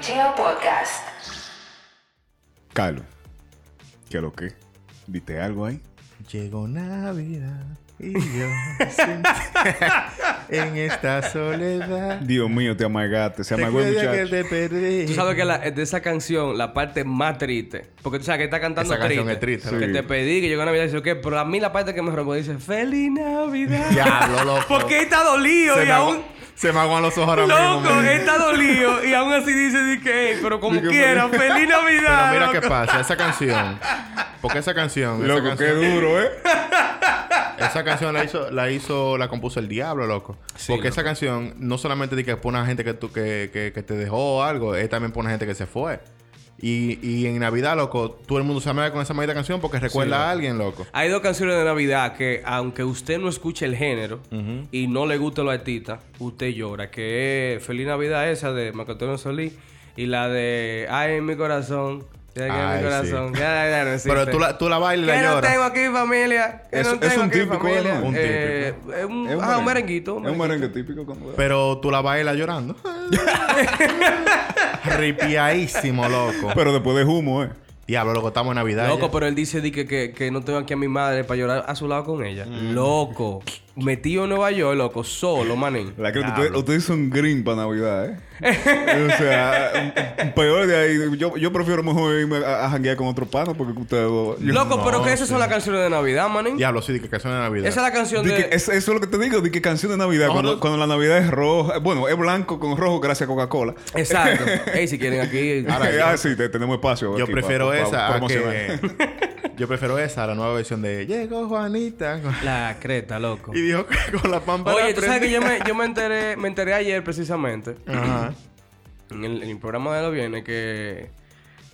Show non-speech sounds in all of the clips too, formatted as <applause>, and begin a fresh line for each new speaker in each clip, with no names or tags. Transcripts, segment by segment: Cheo Podcast.
Calo, ¿qué a lo que? ¿Viste algo ahí?
Llegó Navidad y yo sentí en esta soledad.
Dios mío, te amagaste, se amagó el
Recuerda que
muchacho.
te perdí.
Tú sabes que la- eh, de esa canción, la parte más triste. Porque tú sabes que está cantando
Esa
triste.
canción es triste,
¿no?
Que
Sí.
te pedí que llegó Navidad y dice, ¿qué? Pero a mí la parte que me robó dice, ¡Feliz Navidad!
Diablo, loco.
<laughs> Porque está dolido
se,
y
me agu-
aún.
se me aguan los ojos ahora mismo.
Loco,
man.
está dolido y aún así dice, di que, "Ey, pero como
Di que
quiera,
feliz-
¡Feliz Navidad!
Pero mira
loco".
qué pasa, esa canción. Porque esa canción. esa,
Loco, qué
canción
duro, ¿eh?
esa canción la hizo, la hizo, la compuso el diablo, loco.
Sí,
porque
loco.
esa canción no solamente de que pone a gente que, tú, que, que, que te dejó o algo, es también pone gente que se fue. Y, y en Navidad, loco, todo el mundo se amega con esa maldita canción porque recuerda a alguien, loco.
Hay dos canciones de Navidad que, aunque usted no escuche el género y no le guste los artistas, usted llora. Que es Feliz Navidad esa de Marco Antonio Solís y la de Ay, en mi corazón. Ya que en
Ay,
mi corazón.
sí.
Ya, ya no existe.
Pero tú la, tú la bailas y la
Que no
lloras.
tengo aquí familia. Que
Es-
no
es
tengo
un
aquí
típico,
familia.
¿no?
Un
Eh, es un, ah, un merenguito. un
Es un
merenguito.
merengue típico. Como...
Pero tú la bailas
<laughs>
llorando. Ripiadísimo, loco.
Pero después de humo, ¿eh?
Diablo, loco, estamos en Navidad.
Loco,
ya.
pero él dice di que, que, que no tengo aquí a mi madre para llorar a su lado con ella. Loco. Metido en Nueva York, loco, solo, manín.
La creo que ustedes, ustedes son green para Navidad, ¿eh? o sea, un- un peor de ahí. Yo, yo prefiero mejor irme a, a janguear con otro pano porque ustedes... dos- <laughs> yo-
Loco,
no,
pero que esas
sí.
son las canciones de Navidad, manín.
Diablo, sí, de que canción de Navidad.
Esa es la canción
Di
de...
que- es- eso es lo que te digo, de que canción de Navidad.
No,
cuando,
no.
cuando la Navidad es roja, bueno, es blanco con rojo gracias a Coca-Cola.
Exacto.
<laughs>
Ey, si quieren aquí... <laughs>
<laughs>
Ahora,
ah, sí, te- tenemos espacio.
Yo
aquí
prefiero
pa- pa-
esa a
promocionar.
<laughs> que... Yo prefiero esa a la nueva versión de Llegó Juanita. con-
La creta, loco.
Y dijo que con la pampa.
Oye, tú sabes que yo me, yo me enteré, me enteré ayer precisamente
<laughs> Ajá.
en el, en el programa de los viernes que,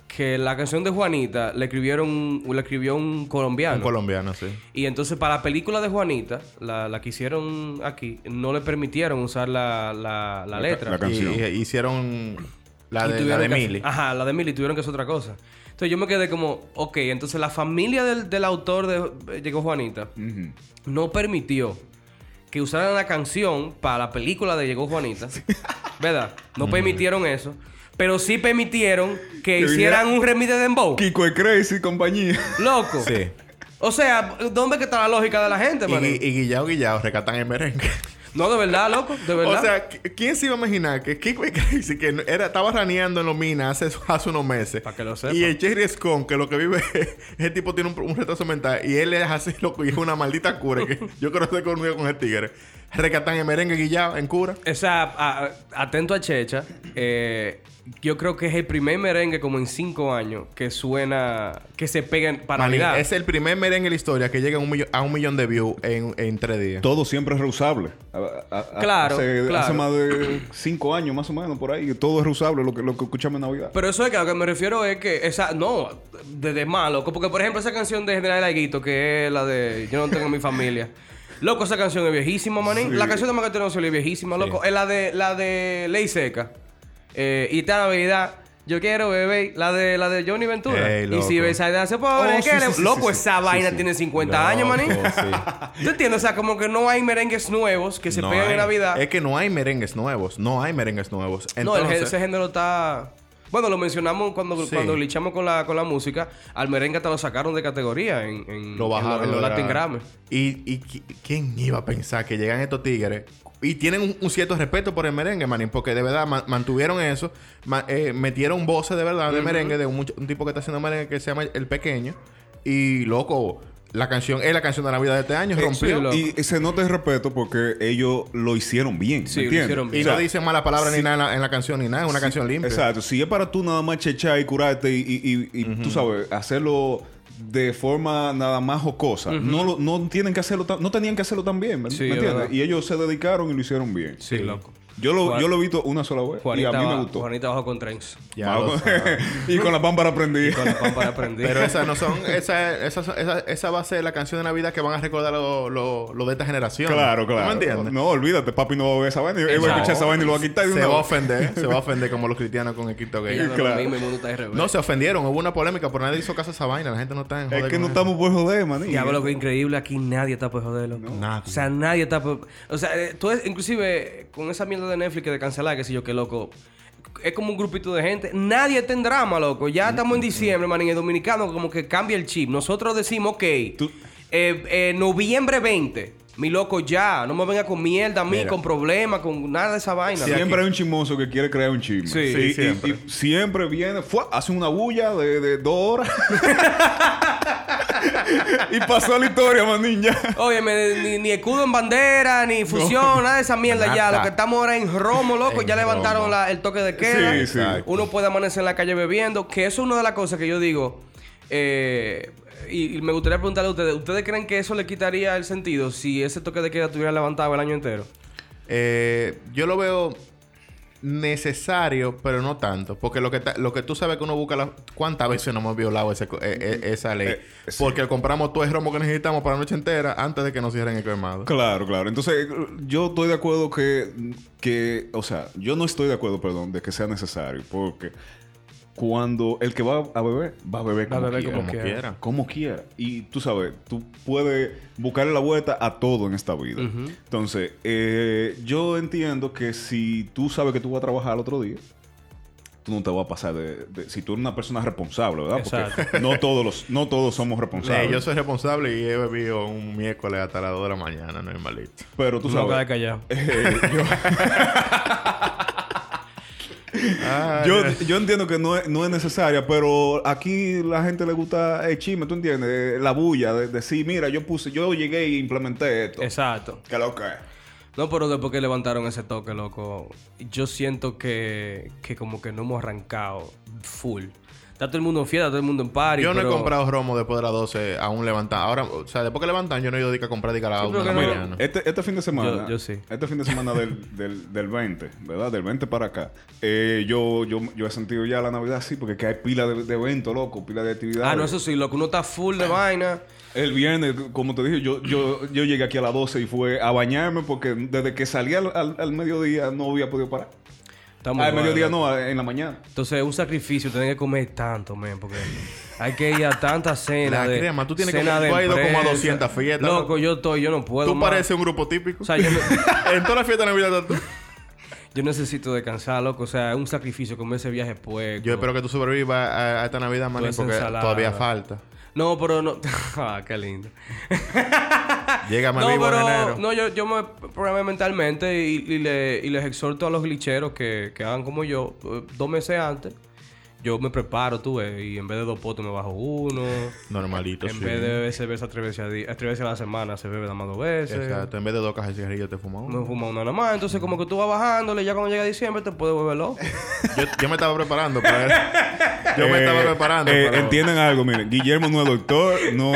que la canción de Juanita le escribieron un- le escribió un colombiano.
Un colombiano, sí.
y entonces para la película de Juanita, la, la que hicieron aquí, no le permitieron usar la, la-
La
la
ca-
letra.
la ca-
Y,
Canción.
y- hicieron la
Y
de, la
tuvieron
de
que hacer-
Mili.
Ajá, la de Millie. Tuvieron que hacer otra cosa. Entonces yo me quedé como, ok, entonces la familia del, del autor de eh, Llegó Juanita
Ujú.
no permitió que usaran la canción para la película de Llegó Juanita. ¿Verdad? No permitieron eso. Pero sí permitieron
Que
que, hicieran
viniera-
un remix de Dembow.
Kiko es crazy y compañía.
Loco.
Sí.
O sea, ¿dónde es que está la lógica de la gente,
Y,
man?
y Guillao Guillao rescatan el merengue.
No, de verdad, loco. De verdad.
O sea, qui- ¿quién se iba a imaginar que Kiko y Crazy, que era, estaba raneando en los minas hace, hace unos meses?
Pa' que lo sepa.
Y el Jerry Scone, que lo que vive <laughs> es, el tipo tiene un, un retraso mental y él es así loco y es una maldita cura.
<laughs>
que yo creo que se conmigo con el tigre. Recatan el merengue guillado en cura.
Esa, a- a- atento a Checha, eh, yo creo que es el primer merengue como en cinco años que suena, que se pega en- para
Manín,
Navidad.
es el primer merengue en la historia que llega a un, millo- a un millón de views en, en tres días.
Todo siempre es reusable. A- a- a-
Claro,
hace,
claro.
hace más de cinco años, más o menos, por ahí. Todo es reusable, lo que, lo que escuchamos en Navidad.
Pero eso es que a lo que me refiero es que esa, no, desde más, loco. Porque, por ejemplo, esa canción de General Aguito, que es la de Yo no tengo
<laughs>
mi familia. Loco, esa canción es viejísima, manín. La canción de Macatenón es viejísima, loco. Es la de la de Ley Seca. Eh, y esta Navidad, yo quiero bebé. La de la de Johnny Ventura.
Ey,
y si
loco.
ves a se pobre,
Oh, sí,
que
sí,
le-
sí,
Loco,
sí, sí.
esa
Sí,
vaina
sí.
tiene 50
Loco,
años, manín.
sí.
<laughs> ¿Tú entiendes? O sea, como que no hay merengues nuevos que se
No
pegan
hay.
en Navidad.
Es que no hay merengues nuevos. No hay merengues nuevos.
no, el gé-
Entonces,
ese género está. Bueno, lo mencionamos cuando,
Sí.
cuando glitchamos con la, con la música. Al merengue hasta lo sacaron de categoría en, en-
Lo bajaron.
en los- en
lo
los Latin
bajaron.
Grammy.
¿Y, y qui- quién iba a pensar que llegan estos tigres? Y tienen un, un cierto respeto por el merengue, manín, porque de verdad ma- mantuvieron eso, ma- eh, metieron voces de verdad de merengue, de un, much- un tipo que está haciendo merengue que se llama El Pequeño, y loco, la canción es la canción de Navidad de este año, rompió.
sí, lo-
Y se nota el respeto porque ellos lo hicieron bien. ¿me
Sí, lo
entiendes?
hicieron
y
bien.
O sea,
no dicen malas palabras ni nada en la, en la canción ni nada, es una canción limpia.
Exacto. Si es para tú nada más chechar y curarte y, y- y- y tú sabes, hacerlo de forma nada más jocosa, no, lo- no tienen que hacerlo tan- no tenían que hacerlo tan bien, ¿me,
Sí,
me
es
entiendes?
verdad.
Y ellos se dedicaron y lo hicieron bien.
Sí, loco.
Yo lo,
Juan-
yo lo he visto una sola vez
Juanita,
y a mí me
ba-
gustó.
Juanita bajó con trens.
Ya
<laughs>
lo
Vamos-
sabes.
y con la pámpara prendida. <laughs>
Con la pampa de aprender.
Pero esas no son, esa, esa, esa, esa va a ser la canción de Navidad que van a recordar los lo, lo de esta generación.
Claro,
¿Tú
claro.
me entiendes?
No, olvídate, papi no va a ver esa vaina. Él va a escuchar esa vaina y lo va a quitar de
Se
una
va a
vez.
ofender, se va a ofender como los cristianos con el Cristo gay.
Ella no es lo
claro.
mismo, el mundo está al revés.
No, se ofendieron, hubo una polémica, pero nadie hizo caso a esa vaina, la gente no está
Es
en joder
que
con
no
eso.
estamos por joder, maní.
Ya ve lo que es increíble, aquí nadie está por joderlo.
Nadie.
O sea, nadie está por... O sea, eh, tú es- inclusive eh, con esa mierda de Netflix que de cancelar, qué sé yo, qué loco. es como un grupito de gente. Nadie está en drama, loco. Ya estamos en diciembre, manín. El dominicano como que cambia el chip. Nosotros decimos, ok,
Tú-
eh, eh, noviembre 20. Mi loco, ya. No me venga con mierda a mí,
Mira.
con problemas, con nada de esa vaina.
Siempre hay un chismoso que quiere crear un chisme.
Sí.
Y-
Sí,
y-
siempre.
y, siempre viene, ¡fua! hace una bulla de, de dos horas. <laughs> y pasó a la historia, más niña.
Oye, me- ni, ni escudo en bandera, ni fusión, nada de esa mierda ya.
Nada.
Lo que estamos ahora en Romo, loco,
En
ya levantaron
Romo.
la- el toque de queda.
Sí, sí.
Exacto.
Uno puede amanecer en la calle bebiendo, que eso es una de las cosas que yo digo. eh, y, y me gustaría preguntarle a ustedes, ¿ustedes creen que eso le quitaría el sentido si ese toque de queda estuviera levantado el año entero?
Eh, yo lo veo necesario, pero no tanto. Porque lo que, ta- lo que tú sabes que uno busca... la- ¿Cuántas veces no hemos violado ese co- eh, eh, esa ley?
Eh, sí.
Porque compramos todo el romo que necesitamos para la noche entera antes de que nos cierren el colmado.
Claro, claro. Entonces, yo estoy de acuerdo que, que, o sea, yo no estoy de acuerdo, perdón, de que sea necesario, porque cuando el que va a beber, va a beber
Va a
como,
beber
quiera.
como
Como
quiera.
quiera.
Como quiera. Y tú sabes, tú puedes buscarle la vuelta a todo en esta vida. Entonces, eh, yo entiendo que si tú sabes que tú vas a trabajar el otro día, tú no te vas a pasar de... de- si tú eres una persona responsable, ¿verdad? Porque
Exacto.
no todos, los, no todos
<laughs>
somos responsables.
Eh, yo soy responsable y he bebido un miércoles hasta las 2 de la mañana, normalito.
Pero tú
No
sabes...
queda callado.
Ay,
Yo, yo entiendo que no es, no es necesaria, pero aquí la gente le gusta el chisme, ¿tú entiendes? La bulla de de decir, mira, yo puse, yo llegué y implementé esto.
Exacto.
Que lo que es.
No, pero después que levantaron ese toque, loco, yo siento que, que como que no hemos arrancado full. Está todo el mundo en fiesta, está todo el mundo en party.
Yo no
pero-
he comprado romo después de las 12 aún levantado. Ahora, o sea, después que levantan, yo no he ido de que a comprar de que a las
Sí,
1 de la
pero que no- Eh,
mañana.
Este, este fin de semana,
Yo- yo sí.
este fin de semana
<laughs>
del, del, del 20, ¿verdad? Del 20 para acá. eh, yo, yo, yo he sentido ya la Navidad sí, porque que hay pila de, de eventos, loco, pila de actividades.
Ah, no, eso sí, loco, uno está full
Ah.
de vaina.
El viernes, como te dije, yo, yo, yo llegué aquí a las 12 y fue a bañarme porque desde que salí al, al- al mediodía no había podido parar.
Está muy
Al
mal,
mediodía
loco.
no, a- en la mañana.
Entonces es un sacrificio tener que comer tanto, men, porque hay que ir a tantas
La
cenas. de-
crema, tú tienes
cena
como-
de
tú has ido como a
empresa.
200 fiestas,
Loco,
loco.
yo estoy, yo no puedo.
Tú
más.
pareces un grupo típico.
O sea, yo, ne-
<laughs>
<laughs>
en toda la fiesta de Navidad estás tú.
yo necesito descansar, loco. O sea, es un sacrificio pues, comer ese viaje pueco.
Yo espero que tú sobrevivas a, a esta Navidad, man,
Toda esa
porque
ensalada.
todavía
<laughs>
falta.
No, pero no. ah, qué lindo.
Llega más
No,
vivo en
pero
enero.
no, yo, yo me programé mentalmente y, y le- y les exhorto a los glitcheros que, que hagan como yo, eh, dos meses antes. Yo me preparo, tú ves, y en vez de dos potes me bajo uno.
Normalito,
En
sí.
vez de beber cerveza tres veces, a di- eh, tres veces a la semana, se bebe nada más dos veces.
Exacto. En vez de dos cajas de cigarrillos te fumas uno.
No fuma una nada más. Entonces, como que tú vas bajándole, ya cuando llega diciembre te puedes volver loco.
Yo, yo me estaba preparando para
<laughs>
él. Yo me
Eh,
estaba preparando.
eh,
pero-
Entiendan algo, miren. Guillermo no es doctor, no,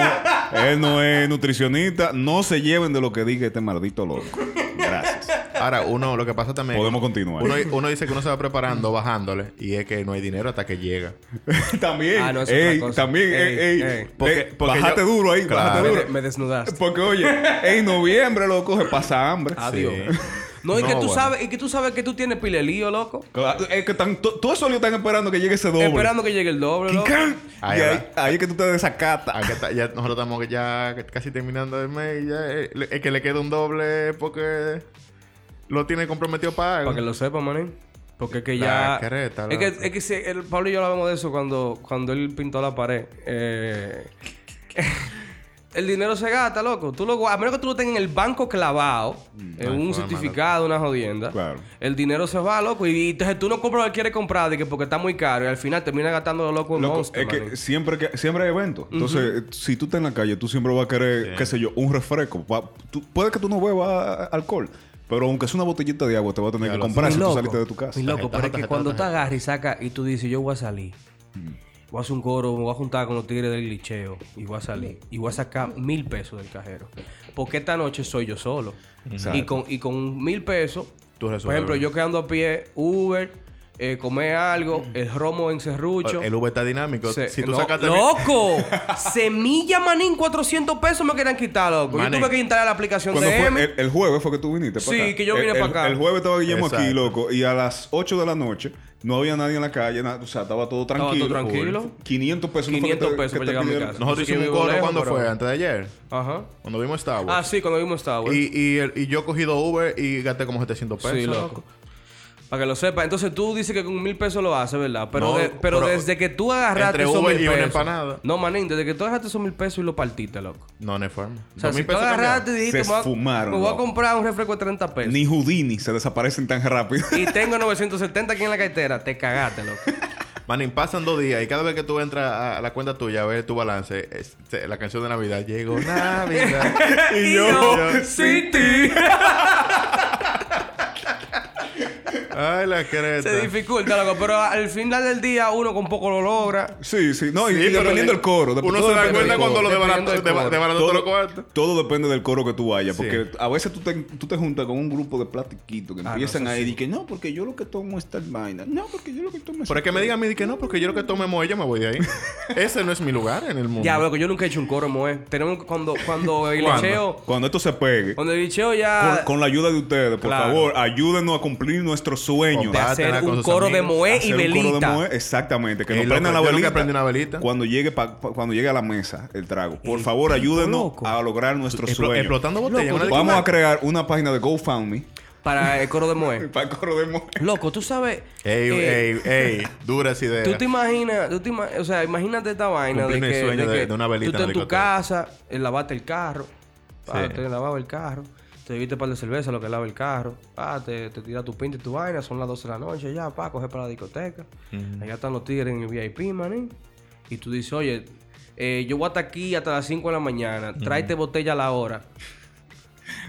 él no es nutricionista. No se lleven de lo que diga este maldito loco. Gracias.
Ahora, uno, lo que pasa también.
Podemos continuar.
Uno, uno dice que uno se va preparando, bajándole, y es que no hay dinero hasta que llega.
<laughs> también,
Ah, no, eso es
ey,
otra cosa.
también, ey,
Ey,
ey,
ey.
Porque-
ey,
porque
bájate
yo-
duro ahí,
Claro.
bájate
me,
duro.
de- me desnudaste.
<laughs>
Porque oye, en noviembre lo coge pasa hambre.
<laughs> Adiós.
Sí.
No, y
No,
que tú
bueno.
sabes, y que tú sabes que tú tienes pilelío, loco.
Claro, es que están, to- todos esos líos están esperando que llegue ese doble.
Esperando que llegue el doble, loco.
¡Quicán!
Ahí
y
va.
ahí, ahí es que tú te desacatas.
Acá está- ya, nosotros estamos ya casi terminando el mes. y ya, eh, le- es que le queda un doble porque lo tiene comprometido para algo.
Para que lo sepan, manín. Porque es que
La
ya.
careta,
es que,
loco.
es que si- el, Pablo y yo hablamos de eso cuando, cuando él pintó la pared. Eh, <laughs> el dinero se gasta, loco. Tú lo, gua- a menos que tú lo tengas en el banco clavado, en
no hay
un
forma,
certificado, una jodienda.
Claro.
El dinero se va, loco. Y, y entonces tú no compras lo que quieres comprar de que porque está muy caro. Y al final termina gastándolo loco en
Loco,
Monster,
es
manín.
que siempre, que siempre hay eventos. Entonces, eh, si tú estás en la calle, tú siempre vas a querer, qué sé yo, un refresco. Pa- tú- puede que tú no bebas alcohol, pero aunque sea una botellita de agua, te vas a tener
Ya
que
lo
comprar
Mi
si tú
loco,
saliste de tu casa.
Mi loco,
Tarjeta,
pero es que
tarjeta,
cuando tú
tarjeta.
agarras y sacas y tú dices, yo voy a salir.
Mm.
Voy a hacer un coro, me voy a juntar con los tigres del licheo y voy a salir. Y voy a sacar mil pesos del cajero. Porque esta noche soy yo solo. Y con, y con mil pesos,
Tú resuelves.
por ejemplo, yo quedando a pie, Uber, eh, comer algo, el romo en serrucho.
El Uber está dinámico.
Se-
si tú
no,
<laughs>
sacaste.
¡Loco! Semilla manín, 400 pesos me querían quitar, loco.
Manín.
Yo tuve que instalar la aplicación
Cuando
de
fue,
M.
el, el jueves fue que tú viniste. para
Sí,
acá.
que yo vine
El-
para
el-
acá.
El jueves estaba Guillermo aquí,
Exacto.
loco, y a las 8 de la noche no había nadie en la calle, na- o sea, estaba todo
todo
tranquilo.
tranquilo.
500 pesos. no fue que
500
te-
pesos
que
para
te
llegar a mi
pidieron.
casa.
Nosotros
Yo sé que
hicimos un
vivo
coro.
lejos,
¿Cuándo
pero-
fue? Antes de ayer.
Ajá.
Cuando vimos Star Wars.
Ah, sí, cuando vimos Star Wars.
Y, y, el- y yo he cogido Uber y gasté como 700 pesos.
Sí, Pues loco.
loco.
Para que lo sepa. Entonces tú dices que con mil pesos lo haces, ¿verdad? Pero,
No,
de- pero,
pero-
desde que tú agarraste
Entre
esos
Uber
mil
y una
pesos.
empanada.
No, manín, desde que tú agarraste esos mil pesos y lo partiste, loco.
No, no hay forma.
O sea,
Dos
si
mil
tú
pesos
agarraste y
cambiados.
Se
dijiste, me voy a-
esfumaron,
me voy a
loco.
comprar un refresco de 30 pesos.
Ni Houdini se desaparecen tan rápido. <laughs>
<laughs> Y tengo 970 aquí en la cartera. Te
<laughs>
cagaste, loco.
Manín, pasan dos días y cada vez que tú entras a a la cuenta tuya a ver tu balance, es- se- la canción de Navidad
<laughs>
llegó Navidad.
y yo,
yo, <laughs>
sin ti.
Ay, la creta.
Se dificulta, loco. Pero al final del día uno con poco lo logra.
Sí, sí. No, y,
Sí,
y
pero
dependiendo
eh,
del coro. dep-
Uno
todo
se da
depende
cuenta
del coro.
cuando lo
Dependiendo
desbarató
del
de,
coro.
todo lo cuarto.
todo depende del coro que tú vayas.
Sí.
Porque a veces tú te, tú te juntas con un grupo de platiquitos que
Ah,
empiezan
no, eso
ahí
sí.
y que no, porque yo lo que tomo es tal vaina. No, porque yo lo que tomo es.
Pero es que me digan a mí que no, porque yo lo que tomemos ella me voy de <laughs> ahí. Ese no es mi lugar en el mundo.
Ya, loco, yo nunca he hecho un coro, moe. Tenemos cuando, cuando el
¿Cuándo?
licheo.
Cuando esto se pegue,
Cuando el licheo ya.
con, con la ayuda de ustedes, por
Ah. Claro.
favor, ayúdenos a cumplir nuestro sueño.
de
Comparte.
hacer
Pátala con
un
sus
coro de
amigos,
moe y
Hacer un coro de
velita.
mujer. Exactamente, que
Ey,
nos
loco,
prendan la
yo nunca
velita.
prendí una velita.
Cuando llegue, pa- pa- cuando llegue a la mesa el trago. Por
Ey,
favor,
pero
ayúdenos
loco.
a lograr nuestro
Explo-
sueño.
explotando botellas.
Loco,
una
Vamos a
discoteca.
crear una página de GoFundMe <laughs>
Para el coro
<laughs>
de moe.
para el coro de mujer.
Loco, tú sabes.
Ey,
eh,
ey, ey. Dura esa idea.
Tú te imaginas, tú te ima- o sea, imagínate esta vaina de
Cumplir
que,
el sueño
de
de-
que
de una velita
tú estás en
en
tu
el
casa, eh, lavaste el carro, ah,
Sí.
te lavaba el carro, te bebiste un par de cerveza, lo que lava el carro, ah, te, te tiras tu pinta y tu vaina, son las 12 de la noche, ya, pa, coger para la discoteca, allá están los tigres en el VIP, maní, y tú dices, oye, eh, yo voy hasta aquí hasta las 5 de la mañana, tráete botella a la hora.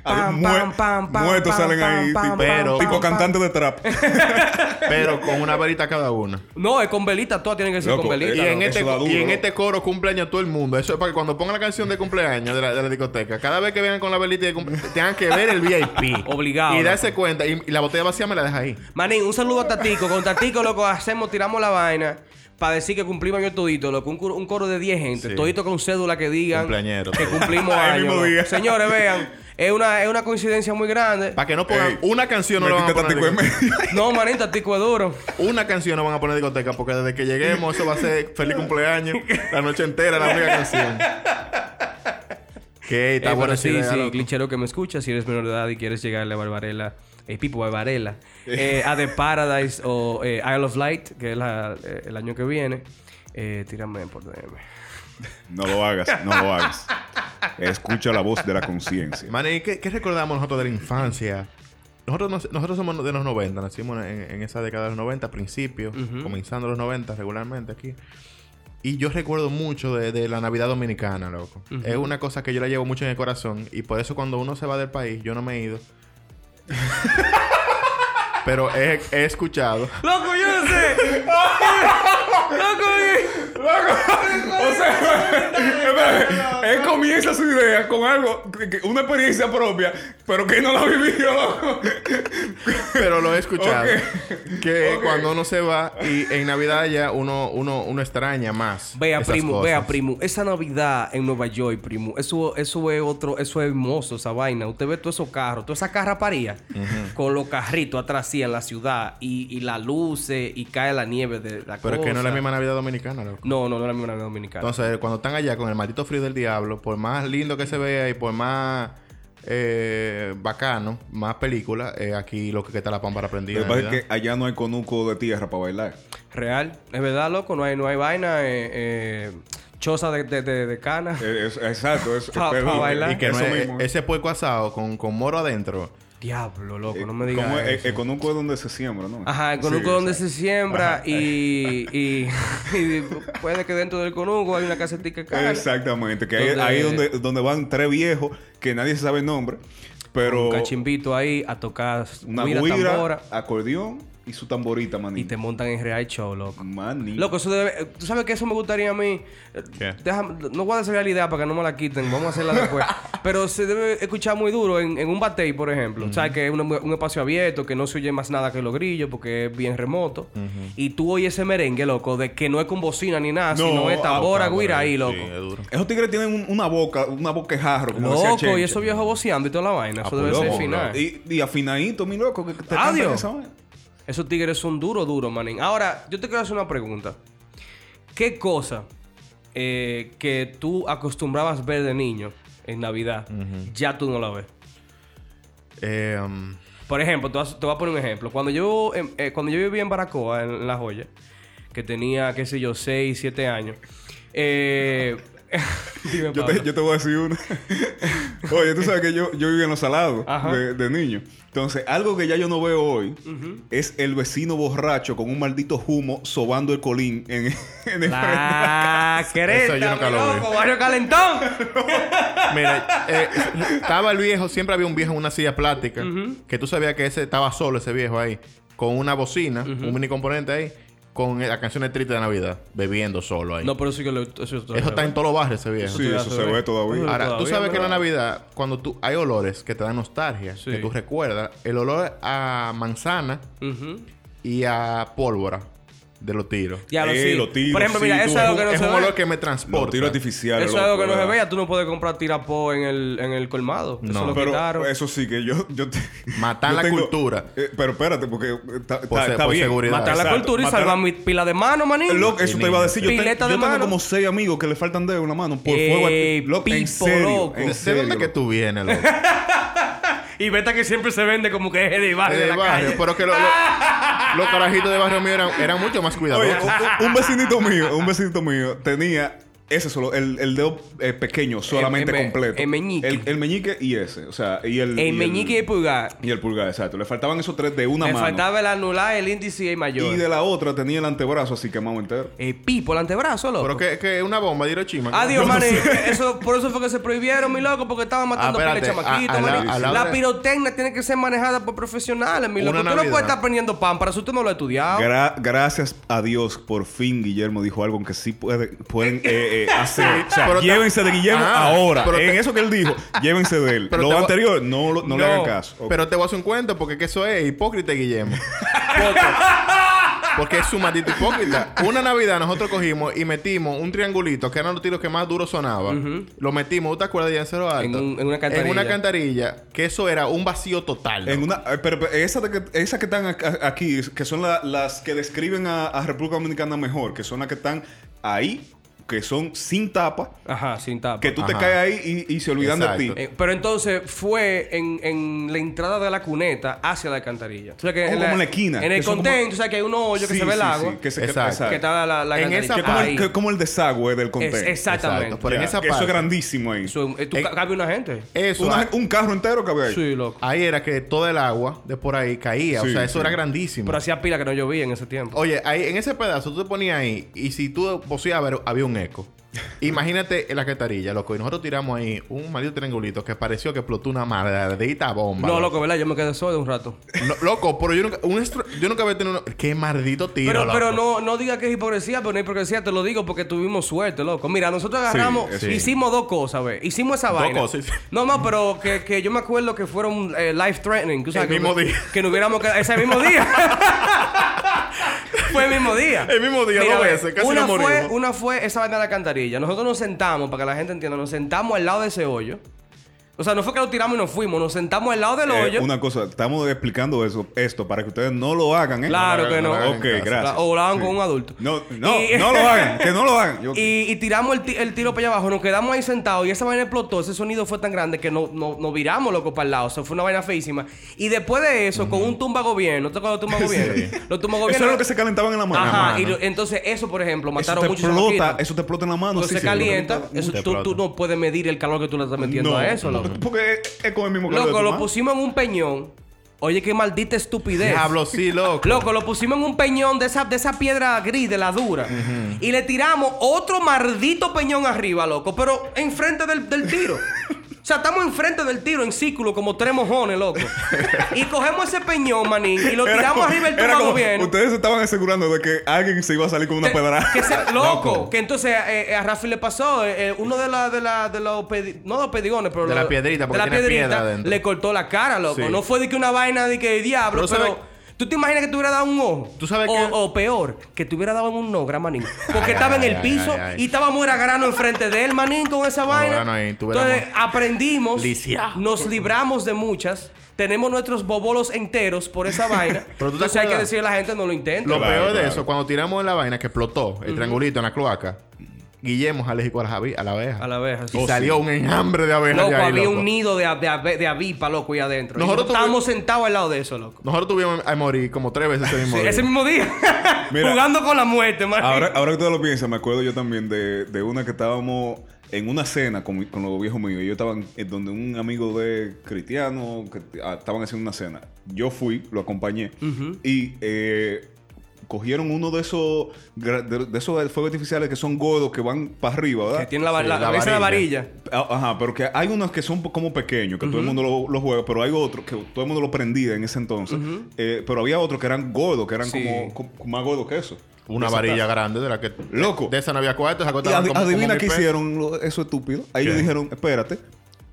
Adiós,
Pam,
mue-
pam, pam, pam,
Muertos
pam,
salen
pam,
ahí,
pam,
tipo,
pam,
tipo
pam,
cantante de
<laughs>
trap.
Pero con una velita cada una.
No, es con velita, todas tienen que ser
Loco,
con velita.
Y
Claro,
en,
loco.
eso
este,
da duro,
y en
¿no?
este coro cumpleaños todo el mundo. Eso es para que cuando pongan la canción de cumpleaños de la, de la discoteca, cada vez que vengan con la velita de cumpleaños, tengan que ver el VIP.
<laughs> Obligado,
Y darse cuenta. Y, y la botella vacía me la deja ahí.
Manín, un saludo a Tatico. Con Tatico, loco, hacemos, tiramos la vaina para decir que cumplimos año todito, loco. Un, coro- un coro de 10 gente,
Sí.
todito con cédula que digan
Cumpleañero.
que cumplimos
El
año.
mismo
loco.
día.
Señores, vean, es una, es una coincidencia muy grande.
Para que no pongan
Ey,
una canción, no la van a
Metiste
poner.
tantico en
en discoteca.
medio.
No, Manín, Tatico es duro.
Una canción no van a poner en discoteca porque desde que lleguemos eso va a ser feliz cumpleaños la noche entera la única
<laughs>
canción. Que está
Eh,
buena
pero
esa
sí,
idea,
sí,
loco.
clichero que me escucha, si eres menor de edad y quieres llegarle a Barbarella, eh, Pipo Barbarella, eh, a The Paradise o eh, Isle of Light, que es la- eh, el año que viene, eh, tírame por DM.
No lo hagas, no lo hagas. Escucha la voz de la conciencia.
Mane, ¿y ¿qué, qué recordamos nosotros de la infancia? Nosotros, nos- nosotros somos de los 90, nacimos en, en esa década de los 90, principios, comenzando los 90 regularmente aquí. Y yo recuerdo mucho de, de la Navidad Dominicana, loco. Es una cosa que yo la llevo mucho en el corazón y por eso cuando uno se va del país, yo no me he ido. <laughs> Pero he, he escuchado.
Loco, yo
<laughs>
no sé. eh. Loco, eh.
O sea, él comienza su idea con algo, que- que- una experiencia propia, pero que no la ha vivido, loco.
Pero lo he escuchado.
Ok.
Que cuando uno se va y en Navidad ya uno, uno, uno extraña más.
Vea,
esas
primo,
cosas.
vea, primo. Esa Navidad en Nueva York, primo. Eso, eso es otro, eso es hermoso, esa vaina. Usted ve todos esos carros, toda esa carraparía con los carritos atrás sí, en la ciudad y, y las luces y cae la nieve de la
Pero es que no es la
cosa.
misma Navidad Dominicana, loco.
No, no, no es la misma Navidad Dominicana.
Entonces, cuando están allá con el maldito frío del diablo, por más lindo que se vea y por más eh, bacano, más película, eh, aquí lo que está la pámpara prendida.
Lo que pasa
¿verdad?
es que allá no hay conuco de tierra para bailar.
Real, es verdad, loco. No hay, no hay vaina, eh, eh, choza de, de, de- de cana.
Eh, es- exacto, es
Pa- pa
perdón,
bailar.
Y que no
eso
es-
mismo.
ese puerco asado con, con moro adentro.
Diablo, loco,
Eh,
no me digas.
¿cómo es? Eh,
eso.
El conuco es donde se siembra, ¿no?
Ajá, el
Sí,
conuco donde
exacto.
se siembra y, y, <laughs> y puede que dentro del conuco hay una casetica cara.
Exactamente, que ahí-
Donde-
ahí es donde, donde van tres viejos que nadie se sabe el nombre, pero
Un cachimbito ahí a tocar
una
guira,
guira, Mm.
tambora
acordeón y su tamborita,
y
manito.
te montan en real show, loco.
Manito.
Loco, eso debe... ¿Tú sabes que eso me gustaría a mí? Eh,
¿Qué?
déjame- no voy a desarrollar la idea para que no me la quiten. Vamos a
<laughs>
hacerla después. Pero se debe escuchar muy duro en, en un batey, por ejemplo. O sea, que es un, un espacio abierto, que no se oye más nada que los grillos porque es bien remoto. Y tú oyes ese merengue, loco, de que no es con bocina ni nada,
No,
sino es tambora,
Ah,
guira ahí, loco.
Sí, es duro.
Esos tigres tienen un- una boca, una boquejarro, como decía
Loco, y
Chencho.
eso viejo boceando y toda la vaina. Eso
Ah,
debe
pues,
ser
loco,
final.
Y, y afinadito, mi loco, que te cantan
Adiós.
esa vaina.
Esos tigres son duros, duros, manín. Ahora, yo te quiero hacer una pregunta. ¿Qué cosa eh, que tú acostumbrabas ver de niño en Navidad, ya tú no la ves?
Eh, um,
Por ejemplo, te vas- te voy a poner un ejemplo. Cuando yo, em, eh, cuando yo vivía en Baracoa, en, en La Joya, que tenía, qué sé yo, 6, 7 años. Eh, <laughs> dime,
Yo
Pablo.
te, yo te voy a decir una. <laughs> Oye, tú sabes que yo, yo vivía en Los Salados
Ajá.
de, de niño. Entonces, algo que ya yo no veo hoy es el vecino borracho con un maldito humo sobando el colín en, <laughs> en el frente.
La creta,
Eso yo nunca
mi
lo vi.
loco, barrio calentón.
Mira, eh, estaba el viejo, siempre había un viejo en una silla plástica, que tú sabías que ese estaba solo, ese viejo ahí, con una bocina, un mini componente ahí, con la canción de Triste de Navidad, bebiendo solo ahí.
No, pues, pero eso que lo. Eso, está-
Eso está en todos los barrios, ese viejo.
Sí, eso se ve todavía.
Ahora, tú
Todavía,
sabes que en la
¿verdad?
Navidad, cuando tú hay olores que te dan nostalgia,
Sí.
que tú recuerdas, el olor a manzana
Ujú.
y a pólvora de los tiros.
Ya lo
Eh,
sí.
lo tiro,
Por ejemplo,
sí,
mira,
tú-
eso es algo que no
es
se
un
ve.
olor que me
Los
transporta.
tiros artificiales.
Eso es algo que no se
¿verdad?
veía. Tú no puedes comprar tirapó en el, en el colmado. Eso
No.
lo
Pero
quitaron.
eso sí que yo... yo te- yo
Matar la cultura.
eh, pero espérate, porque eh, está,
Por
está-
se-
está
por
bien.
seguridad.
Matar la
Exacto,
cultura y
matar- Eh,
salvar mi pila de mano, manín.
Loco, eso te iba a decir. Yo, te-
Pileta
yo
de
tengo
mano.
como seis amigos que le faltan dedos en una mano por
Ey,
fuego. arti- Loco, en
pipo,
serio.
loco.
en
¿De- ¿De
serio.
dónde que tú vienes,
<laughs>
loco?
Y vete que siempre se vende como que es el barrio de
de
la
barrio.
calle.
Pero que lo- lo- los carajitos de barrio mío eran, eran mucho más cuidadosos.
Oye, un, un vecinito mío, un vecinito mío tenía ese solo, el, el dedo eh, pequeño solamente
el me-
completo.
el meñique.
El, el meñique y ese. O sea, y el. y
El meñique y el pulgar.
Y el pulgar, exacto. Le faltaban esos tres de una
Me
mano.
faltaba el anular, el índice y el
Y
mayor.
de la otra tenía el antebrazo así quemado entero.
El pipo, el antebrazo, loco.
Pero que, que una bomba de Hiroshima.
Adiós,
Yo-
maní. Eso, por eso fue que se prohibieron, mi loco, porque estaban matando
Ah,
pila de
espérate.
chamaquitos,
A- a la-
maní.
a
la,
la hora-
pirotecnia tiene que ser manejada por profesionales, mi
Una
loco. Tú no
Navidad.
puedes estar prendiendo pan, para eso tú no lo has estudiado.
Gra- gracias a Dios, por fin Guillermo dijo algo que sí puede- pueden
<laughs>
eh, eh, hacer. O sea,
Pero te-
llévense de Guillermo
Ah,
ahora.
pero
en
te-
eso que él
<laughs>
dijo, llévense de él.
Pero
Lo
te voy-
anterior, no, lo- no le
No,
hagan caso. Ok.
Pero te voy a hacer un cuento porque que eso es hipócrita,
<laughs>
Guillermo. Porque es un maldito hipócrita. Una Navidad nosotros cogimos y metimos un triangulito, que eran los tiros que más duro sonaban. Lo metimos, ¿tú te acuerdas ya en Cero Alto?
En un- en una
En
alcantarilla.
una alcantarilla, que eso era un vacío total.
En
¿no?
una, eh, pero, pero esas de que, esas que están ac- aquí, que son la- las que describen a, a República Dominicana mejor, que son las que están ahí, que son sin tapa,
Ajá, sin tapa.
que tú te
Ajá.
caes ahí y, y se olvidan de
Exacto.
ti.
Eh, pero entonces fue en, en la entrada de la cuneta hacia la alcantarilla. O sea que
Oh, como en la esquina.
En el
Que son como-
contén, o sea que hay unos hoyos
Sí,
que se ve el
sí,
agua.
sí, que se- que-
Exacto.
exacto.
que está la, la
En
alcantarilla.
Que
esa
como, el,
Ahí.
que como el desagüe del
Es-
contén.
exactamente.
Exacto, pero en
Ya,
esa
que Eso es
parte-
grandísimo ahí.
Eso, eh, tú
Eh,
ca- cabe una gente.
Eso,
Una-
ah,
un carro entero cabe ahí.
Sí, loco.
ahí era que todo el agua de por ahí caía.
Sí,
o sea, eso
sí.
era grandísimo.
Pero hacía pila que no llovía en ese tiempo.
Oye, ahí, en ese pedazo tú te ponías ahí y si tú poseabas era- había un
<laughs>
eco. Imagínate en la catarilla, loco. Y nosotros tiramos ahí un maldito triangulito que pareció que explotó una maldita
Oh,
bomba.
no, loco, ¿verdad? Yo me quedé solo un rato.
No, loco, pero yo nunca, un estro- yo nunca había tenido... uno- ¡Qué maldito tiro,
Pero,
loco!
pero no, no diga que es hipocresía, pero no es hipocresía, te lo digo porque tuvimos suerte, loco. Mira, nosotros agarramos,
Sí, sí.
hicimos dos cosas, ¿ves? Hicimos esa
eh, Dos
vaina.
cosas.
No, no, pero que, que yo me acuerdo que fueron eh, life threatening. Tú sabes
El
que-
mismo día.
Que no hubiéramos quedado. Ese mismo día. <laughs> fue el mismo día.
El mismo día, dos
ve,
veces, casi
una
nos
fue,
morimos.
una fue esa vaina de la cantarilla. Nosotros nos sentamos, para que la gente entienda, nos sentamos al lado de ese hoyo. O sea, no fue que lo tiramos y nos fuimos, nos sentamos al lado del
Eh,
hoyo.
una cosa, estamos explicando eso, esto para que ustedes no lo hagan, ¿eh?
Claro que no.
Ok, gracias.
O lo hagan con
Sí.
un adulto.
No, no,
Y-
no lo hagan, que no lo
<laughs>
hagan. Yo-
Y, y tiramos el, ti- el tiro para allá abajo, nos quedamos ahí sentados y esa vaina explotó, ese sonido fue tan grande que no, no, nos viramos loco para el lado, o sea, fue una vaina feísima. Y después de eso, con un tumba gobierno, ¿te acuerdas de tumba gobierno? Los tumba gobierno.
Eso es lo que se calentaban en la mano.
Ajá,
mano.
y lo- entonces eso, por ejemplo,
Eso
mataron
te,
muchos
explota,
chamaquitos.
eso te explota en la mano.
Entonces
sí,
se
sí.
calienta,
Te
eso,
te
tú, tú
explota.
no puedes medir el calor que tú le estás metiendo
No,
a eso, loco.
Porque es, es con el mismo calor de
Loco,
tu
lo
mano.
pusimos en un peñón. Oye, qué maldita estupidez.
Diablo, sí, loco.
Loco, <laughs> lo pusimos en un peñón de esa, de esa piedra gris, de la dura. Y le tiramos otro maldito peñón arriba, loco. Pero enfrente del, del tiro. O sea, estamos enfrente del tiro en círculo como tres
<laughs>
mojones, loco. Y cogemos ese peñón, manín, y lo
Era
tiramos
como-
arriba del
era
tumbado
como-
bien.
Ustedes se estaban asegurando de que alguien se iba a salir con una
Que-
pedrada.
que se- loco, que entonces eh, eh, a Rafi le pasó eh, eh, uno de, la, de, la, de los pedi- no de los pedigones, pero
De
lo-
la piedrita, porque
de la
tiene
piedrita,
piedra adentro.
le cortó la cara, loco.
Sí.
No fue de que una vaina de que diablo,
Pero
pero,
sabe-
tú te imaginas que te hubiera dado un ojo.
Tú sabes
o,
que-
o peor, que te hubiera dado en un
<laughs>
nogra, manín, porque
Ay,
estaba en
ay,
el
ay,
piso
ay, ay.
y estaba muera grano enfrente de él, manín, con esa
grano
vaina.
ahí, tú verás,
entonces aprendimos,
Lisiado.
nos libramos de muchas. Tenemos nuestros bobolos enteros por esa vaina.
<laughs> Pero tú te
Entonces hay que
acuerdas-
decirle a la gente no lo intente.
Lo
Claro,
peor de
claro.
eso, cuando tiramos en la vaina que explotó, el triangulito en la cloaca, Guillermo es alérgico a las abe- a la abeja.
A la abeja.
Y
sí.
salió un enjambre de abejas.
Loco,
de ahí,
había
loco.
un nido de, a- de, ave- de avispa, loco, ahí adentro.
Nosotros
Nosotros estábamos sentados al lado de eso, loco.
Nosotros tuvimos a morir como tres veces ese mismo día.
Ese mismo día. <laughs>
Mira.
jugando con la muerte, man.
Ahora, ahora que tú lo piensas, me acuerdo yo también de, de una que estábamos en una cena con, mi- con los viejos míos. Ellos estaban eh, donde un amigo de cristiano, que t- ah, estaban haciendo una cena. Yo fui, lo acompañé. Y eh, cogieron uno de esos, gra- de, de esos fuegos artificiales que son gordos, que van para arriba, ¿verdad?
Que tiene la, va-
Sí,
la,
la
esa es la
varilla.
varilla.
Ah, Ajá, pero que hay unos que son po- como pequeños, que todo el mundo lo, lo juega, pero hay otros que todo el mundo lo prendía en ese entonces. Eh, pero había otros que eran gordos, que eran
Sí.
como, como- más gordos que eso.
Una
Esa
varilla grande de la que.
Loco.
De esa no había cuarto, esa
Y
costaba
adi-
como- como
adivina
mil
qué
pesos.
hicieron lo- eso estúpido. Ahí
¿Qué?
le dijeron, espérate,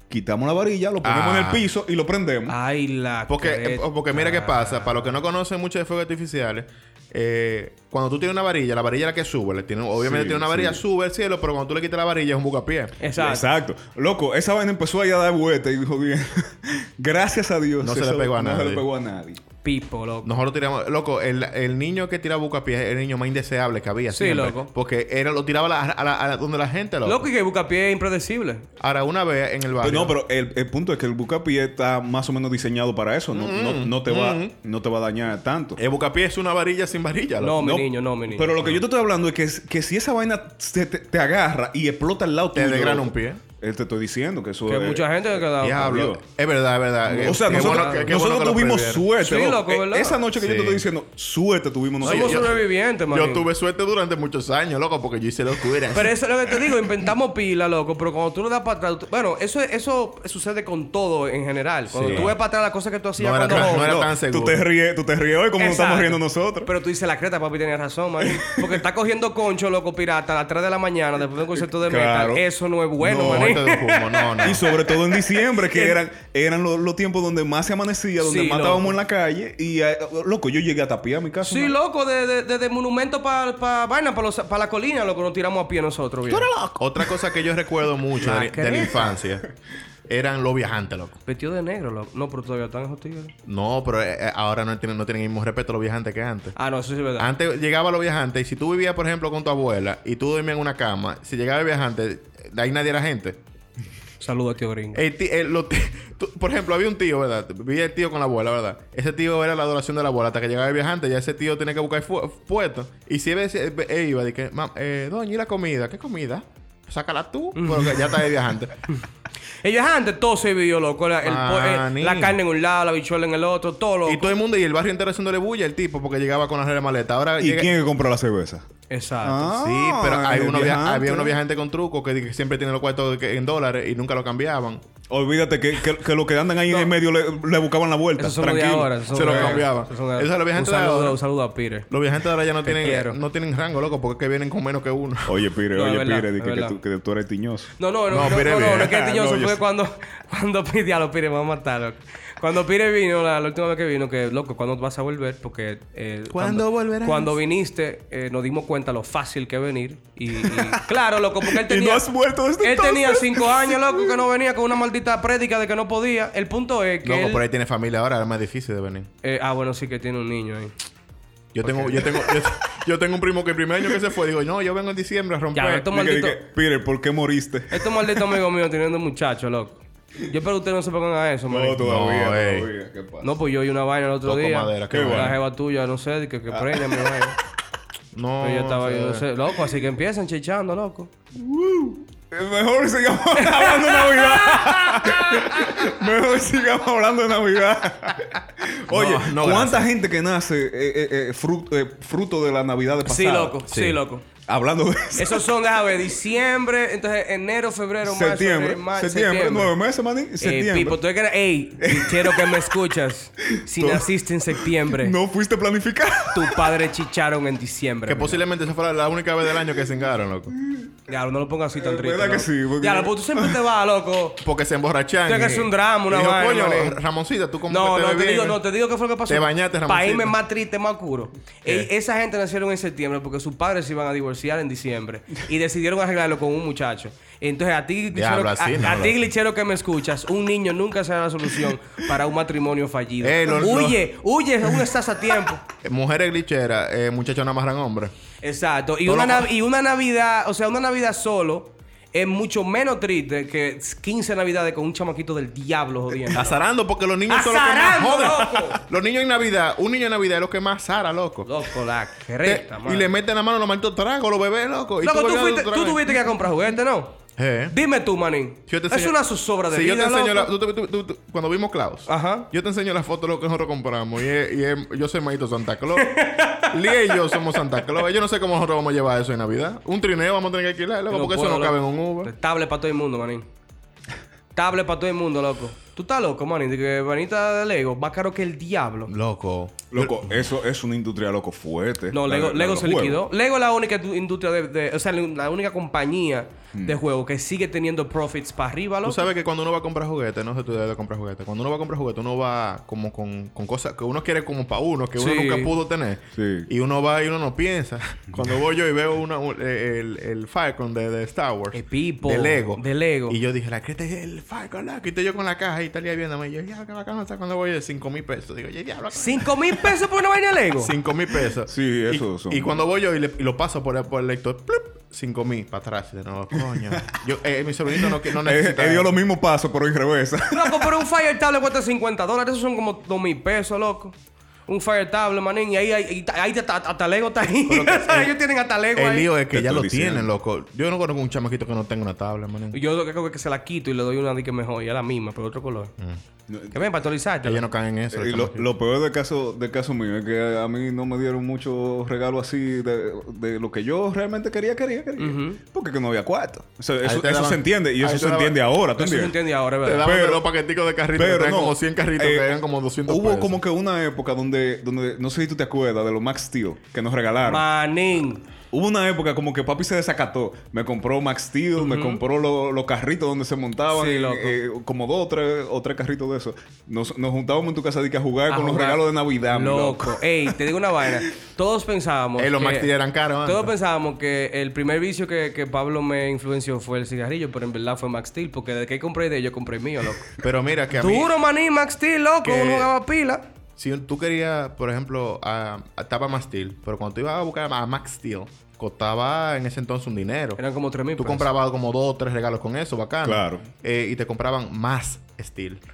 quitamos la varilla, lo ponemos en
Ah.
el piso y lo prendemos.
Ay, la.
Porque, eh,
creta.
porque mira qué pasa, para los que no conocen mucho de fuegos artificiales, eh, cuando tú tienes una varilla, la varilla es la que sube, le tiene, obviamente
Sí,
tiene una varilla, sube al cielo, pero cuando tú le quitas la varilla es un bucapié.
Exacto.
Exacto. Loco, esa vaina empezó ahí a dar vuelta y dijo bien. <laughs> Gracias a Dios.
No se le
esa-
pegó a
no se
nadie.
le pegó a nadie.
Pipo, loco.
Nosotros tiramos, loco, el, el niño que tira bucapié es el niño más indeseable que había.
Sí,
siempre,
loco.
Porque era, lo tiraba a, la- a la- a la- donde la gente, loco.
Loco y que Bucapié es impredecible.
Ahora, una vez en el barrio.
Pero no, pero el, el punto es que el bucapié está más o menos diseñado para eso. No, no, no te, va,
Mm.
no te va a dañar tanto.
El bucapié es una varilla sin varilla,
No,
loco.
mi niño, no, mi niño.
Pero lo que yo te estoy hablando es que, es- que si esa vaina se te, te agarra y explota al lado
Te
tuyo,
desgrana
loco,
un pie.
eh, te estoy diciendo que eso
Que
es-
mucha gente ha quedado.
Diablo.
Dios.
Es verdad, es verdad.
O sea,
Qué
nosotros,
bueno que- qué
nosotros
bueno que lo
tuvimos
previeron.
suerte.
Sí,
loco.
loco,
Eh,
¿verdad?
Esa noche que yo
Sí.
te estoy diciendo, suerte tuvimos
Somos
nosotros.
yo-
sobrevivientes, man.
Yo tuve suerte durante muchos años, loco, porque yo hice locuras.
Pero eso es lo que te digo, inventamos pila, loco, pero cuando tú lo das para atrás, tú- bueno, eso eso sucede con todo en general. Cuando
Sí.
tú ves para atrás las cosas que tú hacías
No era
cuando
tan-
joven,
no era tan
tú
seguro.
te ríes, tú te ríes hoy como nos
Exacto.
estamos riendo nosotros.
Pero tú dices la creta, papi, tienes razón, man. Porque está cogiendo concho, loco, pirata, a las 3 de la mañana, después de un concierto de
Claro.
metal. Eso no es bueno,
no,
maní.
este de fumo, no, no.
Y sobre todo en diciembre,
<laughs>
que eran, eran los, los tiempos donde más se amanecía, donde
Sí,
más
loco.
estábamos en la calle. Y, eh, loco, yo llegué a tapiar mi casa.
<laughs> Sí,
una-
loco, de, de, de- de monumento para pa, vaina, para la colina, loco, nos tiramos a pie nosotros, bien.
Otra cosa que yo recuerdo mucho
La
de, de
creta.
la infancia eran los viajantes, loco.
Vestido de negro, loco. No, pero todavía están esos tigres.
No, pero eh, eh, ahora no tienen, no tienen el mismo respeto a los viajantes que antes.
Ah, no, eso sí es verdad.
Antes llegaba los viajantes y si tú vivías, por ejemplo, con tu abuela y tú dormías en una cama, si llegaba el viajante, de ahí nadie era gente.
Saludos, tío gringo.
El ti- el- los ti- <laughs> tú- por ejemplo, había un tío, ¿verdad? Vivía el tío con la abuela, ¿verdad? Ese tío era la adoración de la abuela hasta que llegaba el viajante. Ya ese tío tenía que buscar fu- puesto. Y si él, decía- él iba, de que, "Mam, eh, doña, ¿y la comida? ¿Qué comida? Sácala tú, porque ya está el viajante.
Ellos antes todo se vio, loco. La, el po- el-
Maní.
la carne en un lado, la bichuela en el otro, todo loco.
y todo el mundo y el barrio entero haciéndole bulla el tipo porque llegaba con las maleta. Ahora
¿Y
llega-
quién que compró la cerveza?
Exacto.
Sí, pero hay
el
unos via-
viajante.
había unos viajantes con trucos que, di- que siempre tienen los cuartos de que- en dólares y nunca lo cambiaban.
Olvídate que, que, que los que andan ahí en el medio le, le buscaban la vuelta.
Esos son los de
tranquilo.
ahora. esos son
Se lo
de-
cambiaba.
esos son de-
Esos son los viajantes de
un saludo,
ahora.
Un saludo a Peter.
Los viajantes ahora ya no
quiero.
tienen, no tienen rango, loco, porque es que vienen con menos que uno.
Oye, Pire,
No, es
oye,
verdad,
Pire, di
es
que, que
verdad.
tú, que tú eres tiñoso.
No, no, no,
No,
no, no,
Pire
no,
bien.
no, es que
Ah,
Tiñoso
no, yo
fue
sé.
cuando, <laughs> cuando Pire, diablo, Pire, vamos a matarlo. Cuando Pire vino, la, la última vez que vino, que loco, ¿cuándo vas a volver? Porque. Eh,
¿Cuándo volverás?
Cuando viniste, eh, nos dimos cuenta lo fácil que es venir. Y, y-
<laughs>
claro, loco, porque él tenía.
no has vuelto este desde
Él
entonces.
tenía cinco años, loco, que no venía con una maldita prédica de que no podía. El punto es que.
Loco,
él-
pues por ahí tiene familia ahora, es más difícil de venir.
eh, ah, bueno, sí que tiene un niño ahí.
Yo tengo, yo tengo, yo, yo tengo un primo que el primer año que se fue, digo, no, yo vengo en diciembre a romper.
Ya, esto-
Di que- di
maldito-
que, Pire, ¿por qué moriste?
Estos malditos amigos míos teniendo muchachos, loco. Yo espero que ustedes no se pongan a eso,
No,
marico.
todavía,
No, ey.
todavía. ¿Qué pasa?
No, pues yo oí una vaina el otro
Toco
día.
madera, qué
la
bueno.
jeva tuya, no sé, que,
Ah.
que preña,
<laughs>
mi vaina.
no,
Pero yo estaba, yo no
eh,
sé, loco, así que empiezan chichando, loco.
Eh, Mejor sigamos <laughs> hablando de Navidad. <laughs> Mejor sigamos hablando de Navidad. Oye,
No, no,
¿cuánta gente que nace eh, eh, eh, fruto, eh, fruto de la Navidad de pasada?
Sí, loco, sí,
Sí.
loco. Este
Hablando de eso.
Esos son, déjame ver, diciembre, entonces enero, febrero, marzo,
septiembre,
abril, mayo,
septiembre, nueve meses, maní.
Eh,
Septiembre.
Pipo, tú eres que eres- Ey,
<laughs>
quiero que me escuchas. Si
Tú-
naciste en septiembre,
no fuiste planificado.
tu padre chicharon en diciembre.
Que posiblemente esa fuera la única vez del año que se engaron, loco.
Ya, no lo pongas así tan
Eh,
triste.
¿verdad que
loco.
sí? Porque-
Ya, lo- pues tú siempre te vas, loco.
Porque se emborrachan.
Tiene que
y-
ser un drama, una
y dijo,
vaina,
coño,
¿no?
Ramoncita, tú como
No,
que te
no te
ves
digo,
bien,
no te digo qué fue lo que pasó.
Te bañaste,
Para irme
Ramoncito.
más triste, más oscuro. Ey, esa gente nacieron en septiembre porque sus padres se iban a divorciar en diciembre. Y decidieron arreglarlo con un muchacho. Entonces, a ti,
Diablo,
glitchero, a,
así no,
a
loco.
ti, glitchero que me escuchas, un niño nunca será la solución para un matrimonio fallido.
Eh, no, no.
huye, huye, aún estás a tiempo.
<laughs> Eh, Mujeres glitcheras, eh, muchachos no amarran
<laughs>
hombres.
Exacto. Y
No,
una,
no.
nav- y una Navidad, o sea, una Navidad solo es mucho menos triste que 15 Navidades con un chamaquito del diablo
<laughs>
jodiendo.
Azarando, porque los niños son los que más
Azarando,
joden.
loco.
<laughs> Los niños en Navidad, un niño en Navidad es lo que más zara, loco.
Loco, la
Te-
cresta,
y
mano.
le meten la mano a los malditos tragos, los bebés, loco. Y
Loco, tú,
volvías a
fuiste-
otra
tú
vez.
tuviste que comprar juguete, ¿no?
Eh.
Dime tú, manín.
Si yo te
es
enseño-
una zozobra de
si yo te
vida,
enseño la-
loco.
tú- tú- tú- tú- Cuando vimos Klaus.
Ajá.
Yo te enseño la foto de lo que nosotros compramos. Y, es- y es- yo soy maíto Santa Claus. <laughs> Lía y yo somos Santa Claus. Yo no sé cómo nosotros vamos a llevar eso en Navidad. Un trineo vamos a tener que alquilar, loco,
Yo
porque
puedo,
eso no
loco.
cabe en un Uber.
Tablet para todo el mundo, manín. Tablet para todo el mundo, loco. Tú estás loco, manín. De que vanita de Lego más caro que el diablo.
Loco.
Loco, eso es una industria, loco, fuerte.
No,
La-
Lego,
la-
Lego
los
se
juegos.
liquidó. Lego es la única tu- industria de, de- O sea, la única compañía de juego que sigue teniendo profits para arriba,
Mm. Tú
loco.
sabes que cuando uno va a comprar juguetes, no sé tú debes de comprar juguetes. Cuando uno va a comprar juguetes, uno va como con, con cosas que uno quiere como para uno, que uno
Sí.
nunca pudo tener.
Sí.
Y uno va y uno
<laughs>
no piensa. Cuando voy yo y veo una, un- eh, el, el Falcon de, de Star Wars.
El Pipo,
De Lego.
de Lego.
Y yo dije, la creta es el Falcon, la quité yo con la caja y estaría viéndome. Y yo, ya, qué bacano está cuando voy de 5 mil pesos. Digo, ya, diablo.
Cinco mil pesos por una vaina de
<laughs>
Lego.
5 mil pesos.
Sí, eso
y,
son-
Y cuando voy yo y, le- y lo paso por el, por el lector, plup, 5 mil para atrás. Y de nuevo, coño. yo, eh, mi sobrinito no, que-
<laughs>
no
Eh,
necesita.
eh, dio
eso.
los mismos pasos, pero en revés.
Loco, pero un Fire Tablet cuesta 50 dólares. Eso son como 2 mil pesos, loco. Un Fire Tablet, manín. Y ahí, ahí, ahí, ahí hasta, hasta Lego está ahí.
Pero
<laughs>
que-
O sea,
el-
ellos tienen hasta Lego
El
ahí.
lío es que
Te
ya lo
estoy diciendo.
tienen, loco. Yo no conozco un chamaquito que no tenga una tabla, man.
Yo lo que creo que se la quito y le doy una de que mejor. Y es la misma, pero otro color. Que ven, para actualizarte.
Mm. Ellos no caen en eso.
Y
los
lo,
chamaquitos.
lo peor del caso, del caso mío es que a mí no me dieron mucho regalo así de, de lo que yo realmente quería, quería, quería. Porque que no había cuarto. O sea, eso
te
eso
daban-
se entiende y
ahí
eso
te
se
daban-
entiende ahora. ¿tú
Eso se
entiendes?
entiende ahora,
Te
¿verdad?
daban
pero-
los paqueticos de carritos que tenían como 100 carritos
eh,
que eran como 200
Hubo como que una época donde, donde, no sé si tú te acuerdas de los Max Steel que nos regalaron.
Manín.
Hubo una época como que papi se desacató. Me compró Max Steel, me compró lo- los carritos donde se montaban.
Sí,
eh,
loco.
eh, como dos o tres, o tres carritos de eso. Nos, nos juntábamos en tu casa de que a jugar
A
con los
jugar.
regalos de Navidad. mi
Loco. Ey, te digo una vaina. Todos pensábamos.
Eh, los
que-
Max Steel eran caros. antes.
Todos pensábamos que el primer vicio que, que Pablo me influenció fue el cigarrillo, pero en verdad fue Max Steel, porque desde que compré de ellos, compré el mío, loco.
Pero mira que a mí,
Duro, maní, Max Steel, loco,
Que-
uno jugaba pila.
si tú querías, por ejemplo, a, a tapa Max Steel, pero cuando tú ibas a buscar a Max Steel, costaba en ese entonces un dinero.
Eran como 3 mil
Tú comprabas como dos o tres regalos con eso, bacano.
Claro.
Eh, y te compraban más Steel. <laughs>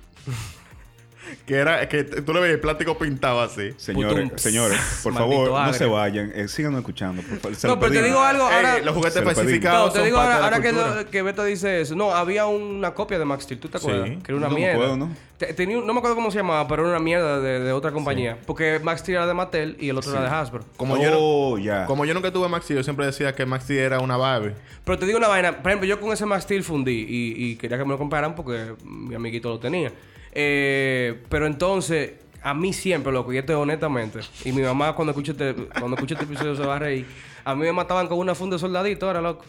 que era que t- tú le veías el plástico pintado así.
Señores,
Putum.
señores, por
Maldito
favor, no
agrio.
se vayan. Eh, síganos escuchando, por favor. Se
No,
lo
pero te
pedimos.
digo algo
Ey,
ahora.
los juguetes
Se lo pedimos.
falsificados
No, te
son
digo
parte
ahora,
de la
ahora que,
cultura.
lo- que Beto dice eso. No, había una copia de Max Steel, ¿tú te acuerdas?
Sí.
Que era una
No me
mierda.
acuerdo, ¿no?
Te- tenía un- no me acuerdo cómo se llamaba, pero era una mierda de, de otra compañía. Porque Max Steel era de Mattel y el otro era de Hasbro.
Como,
Oh,
yo
ya.
no- como yo nunca tuve Maxi, yo siempre decía que Maxi era una Barbie.
Pero te digo una vaina, por ejemplo, yo con ese Max Steel fundí y, y quería que me lo compraran porque mi amiguito lo tenía. Eh, pero entonces, a mí siempre, loco, y esto es honestamente, y mi mamá cuando escuche este, cuando escuche este episodio se va a reír, a mí me mataban con una funda de soldadito ahora, loco.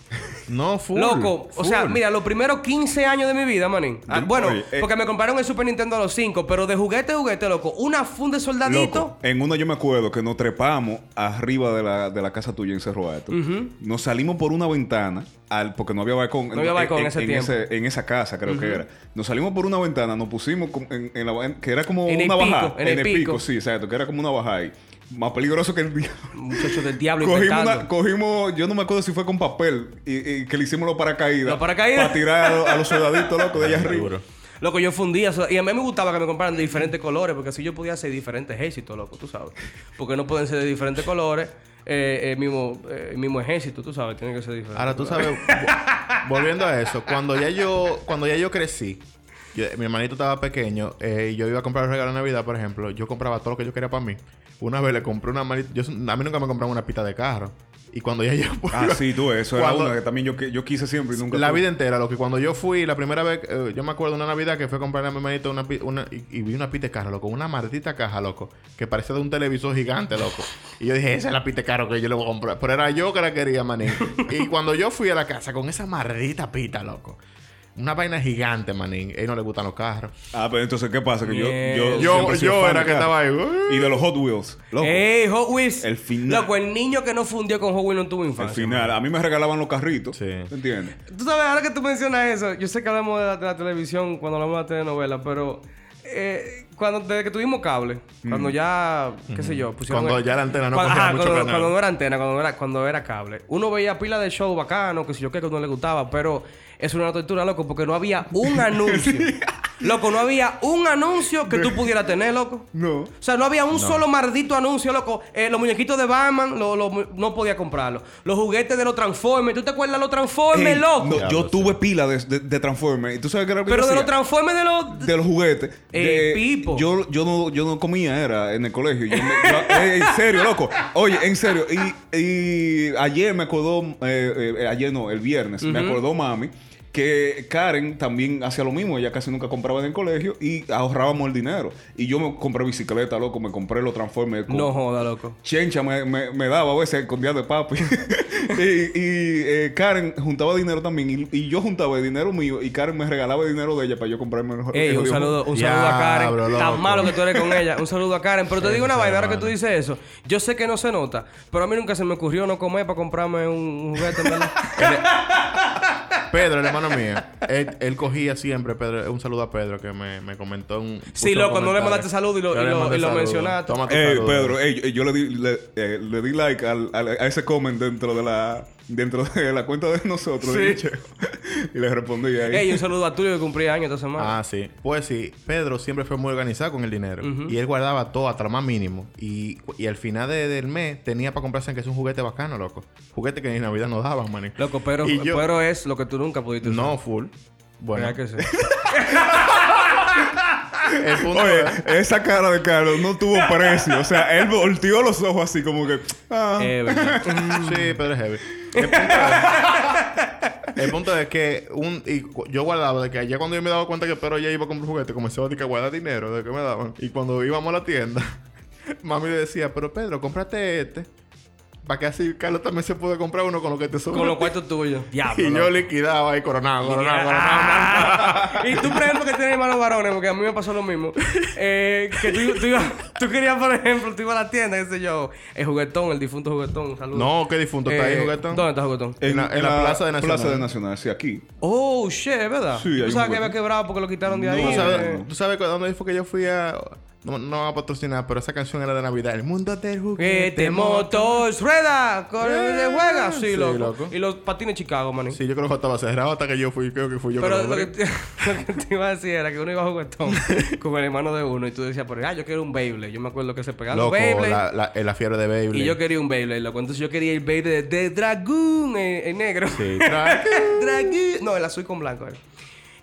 No, full.
loco, o sea,
full.
mira, los primeros 15 años de mi vida, manín. Ah,
Yo-
bueno,
oye, eh.
porque me compraron el Super Nintendo a los 5, pero de juguete a juguete, loco, una funda de soldadito.
Loco, en una yo me acuerdo que nos trepamos arriba de la, de la casa tuya en Cerro Alto. Nos salimos por una ventana, al, porque no había balcón.
No había balcón en ese tiempo.
en esa casa, creo que era. Nos salimos por una ventana, nos pusimos como en, en la va- que era como
En el
una
pico,
bajada.
en el pico.
sí, exacto, que era como una bajada ahí. Más peligroso que el <laughs> diablo.
Muchachos del diablo
Cogimos,
inventando.
una- cogimos, yo no me acuerdo si fue con papel y, y que le hicimos los paracaídas.
Los paracaídas.
Para tirar a, a los soldaditos locos de allá arriba.
Seguro.
Loco, yo fundía. so- Y a mí me gustaba que me compraran de diferentes colores, porque así yo podía hacer diferentes ejércitos, loco, tú sabes. Porque no pueden ser de diferentes colores, eh, eh, mismo, eh, mismo ejército, tú sabes, tiene que ser diferente.
Ahora tú sabes, vo- volviendo a eso, cuando ya yo, cuando ya yo crecí, yo- mi hermanito estaba pequeño eh, y yo iba a comprar regalo de Navidad, por ejemplo, yo compraba todo lo que yo quería para mí. Una vez le compré una manito, yo, a mí nunca me compraron una pita de carro. Y cuando ya yo
<laughs>
<laughs>
Ah, sí, tú, eso era
Cuando-
una que también yo, que- yo quise siempre y nunca.
La
tuve.
vida entera, lo que cuando yo fui, la primera vez, eh, yo me acuerdo una Navidad que fue a comprar a mi hermanito una, pi- una- y, y vi una pita de carro, loco, una maldita caja, loco, que parecía de un televisor gigante, loco. Y yo dije, esa es la pita de carro que yo le voy a comprar.
<laughs>
Pero era yo que la quería, maní. y cuando yo fui a la casa con esa maldita pita, loco. una vaina gigante, manín. A él no le gustan los carros.
Ah, pero entonces, ¿qué pasa? Que yo, yo,
Mierda.
Yo,
siempre he sido
yo
fan
era
de
que
carro.
estaba ahí.
Y de los Hot Wheels. Loco,
¡Ey, Hot Wheels!
El final.
Loco, el niño que no fundió con Hot Wheels no tuvo
al
infancia.
final, a mí me regalaban los carritos.
Sí.
¿Entiendes?
Tú sabes, ahora que tú mencionas eso, yo sé que hablamos de la, de la televisión cuando hablamos de la telenovela, pero eh, cuando desde que tuvimos cable, cuando ya, qué sé yo, pusieron
Mm. Cuando ya la antena no
cuando,
cogía
ajá,
mucho
cuando,
canal.
cuando no era antena, cuando era, cuando era cable, uno veía pila de show bacano, que sé yo qué, que no le gustaba, pero es una tortura, loco, porque no había
<laughs>
un anuncio. Loco, no había un anuncio que tú pudieras tener, loco.
No.
O sea, no había un solo maldito anuncio, loco. Eh, los muñequitos de Batman lo- lo- no podía comprarlos. Los juguetes de los Transformers. ¿Tú te acuerdas de los Transformers,
Ey,
loco?
no, yo
Diablo,
tuve pila de, de, de Transformers. ¿Y tú sabes qué era lo que
Pero
yo
de los
hacía?
Transformers de los...
de los juguetes.
Eh,
De-
Pipo.
Yo, yo, no, yo no comía, era en el colegio. Yo me- yo- <laughs> eh, en serio, loco. Oye, en serio. Y, y ayer me acordó, eh, eh, ayer no, el viernes, me acordó mami. Que Karen también hacía lo mismo, ella casi nunca compraba en el colegio y ahorrábamos el dinero. Y yo me compré bicicleta, loco, me compré los Transformers. con-
No joda, loco.
Chencha me, me- me daba a veces con días de papi. <laughs> y y, eh, Karen juntaba dinero también. Y, y yo juntaba el dinero mío y Karen me regalaba el dinero de ella para yo comprarme el el
Ey, un
jodido
saludo, un
Diablo,
saludo a Karen.
loco.
Tan malo que tú eres con ella. Un saludo a Karen. Pero te
Sí,
digo una
sí,
vaina, ahora que
hermano.
tú dices eso. Yo sé que no se nota, pero a mí nunca se me ocurrió no comer para comprarme un
<laughs>
juguete, ¿verdad?
Pedro, el hermano mío. Él, él cogía siempre, Pedro. Un saludo a Pedro que me, me comentó un.
Sí,
puso
loco, no le
comentario.
mandaste saludo y lo-
Yo
y
le
lo-
mandé
y lo
saludo.
mencionaste.
Toma tu
Ey,
saludo.
Pedro, ey, yo- yo le di, le, eh, le di like al- al- a ese comment dentro de la dentro de la cuenta de nosotros. de
Sí.
Licheo. y le respondí ahí. <laughs>
Ey, un saludo a Tulio que cumplía años esta semana.
Ah, sí. Pues sí, Pedro siempre fue muy organizado con el dinero. Y él guardaba todo hasta lo más mínimo. Y, y al final de- del mes tenía para comprarse que es un juguete bacano, loco. Juguete que en Navidad no daban, maní.
Loco, pero,
Y yo-
pero es lo que tú nunca pudiste usar.
No, full. Bueno,
¿Verdad que sí?
el punto
Oye,
es-
Eh, esa cara de Carlos no tuvo precio. O sea, él volteó los ojos así como que. Ah.
Eh, verdad.
<laughs> Sí, Pedro es heavy. El punto es, el punto es que un, y cu- yo guardaba de que ya cuando yo me daba cuenta que Pedro ya iba a comprar juguete, comenzaba a decir que guardar dinero de que me daban. Y cuando íbamos a la tienda, <laughs> mami le decía, pero Pedro, cómprate este. Para que así Carlos también se puede comprar uno con lo que te sobra. <laughs>
Con los cuartos tuyos. Diablo.
y yo
loco.
liquidaba ahí coronado, coronado, coronado.
Ah. Y tú, por ejemplo, que tienes hermanos varones, porque a mí me pasó lo mismo. Eh, que tú, tú, ibas- tú querías, por ejemplo, tú ibas a la tienda, qué sé yo, el juguetón, el difunto juguetón, un saludo.
No, qué difunto está ahí
ah, Eh,
juguetón.
¿Dónde está juguetón?
en la- en la Plaza de Nacional.
Plaza de Nacional, sí, aquí.
Oh, shit, es ¿verdad?
Sí, hay
Yo
un
sabía que
juguetón.
había quebrado porque lo quitaron de ahí.
¿Tú
No,
eh.
sabes, ¿Tú sabes cu- dónde fue que yo fui a.? No, no van a patrocinar, pero esa canción era de Navidad. El mundo del
Que
juguete.
te motos, rueda, corre,
Eh,
juega. Sí,
sí,
loco.
loco.
Y los patines Chicago, maní.
Sí, yo creo que estaba cerrado hasta que yo fui, creo que fui yo.
Pero
que lo
lo que,
logré.
te, <laughs> lo que te iba a decir era que uno iba a juguetón con el hermano de uno y tú decías, pero ah, yo quiero un Beyblade. Yo me acuerdo que se pegaban los
Loco,
Beyblade.
la, la, eh, la fiebre de Beyblade.
Y yo quería un Beyblade, loco. Entonces yo quería el Beyblade de, de Dragoon, el, el negro.
Sí, tra-
<laughs> Dragoon. No, el azul con blanco. era.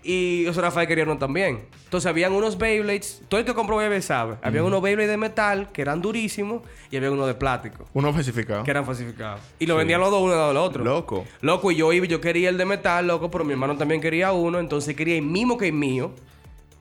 Y José Rafael quería uno también. Entonces habían unos Beyblades. Todo el que compró Beyblade sabe. Había unos Beyblades de metal que eran durísimos y había uno de plástico
Uno especificado.
que eran falsificados. Y lo vendían los dos uno al lado del otro.
Loco.
Loco, y yo iba, yo quería el de metal, loco, pero mi hermano también quería uno. Entonces quería el mismo que el mío.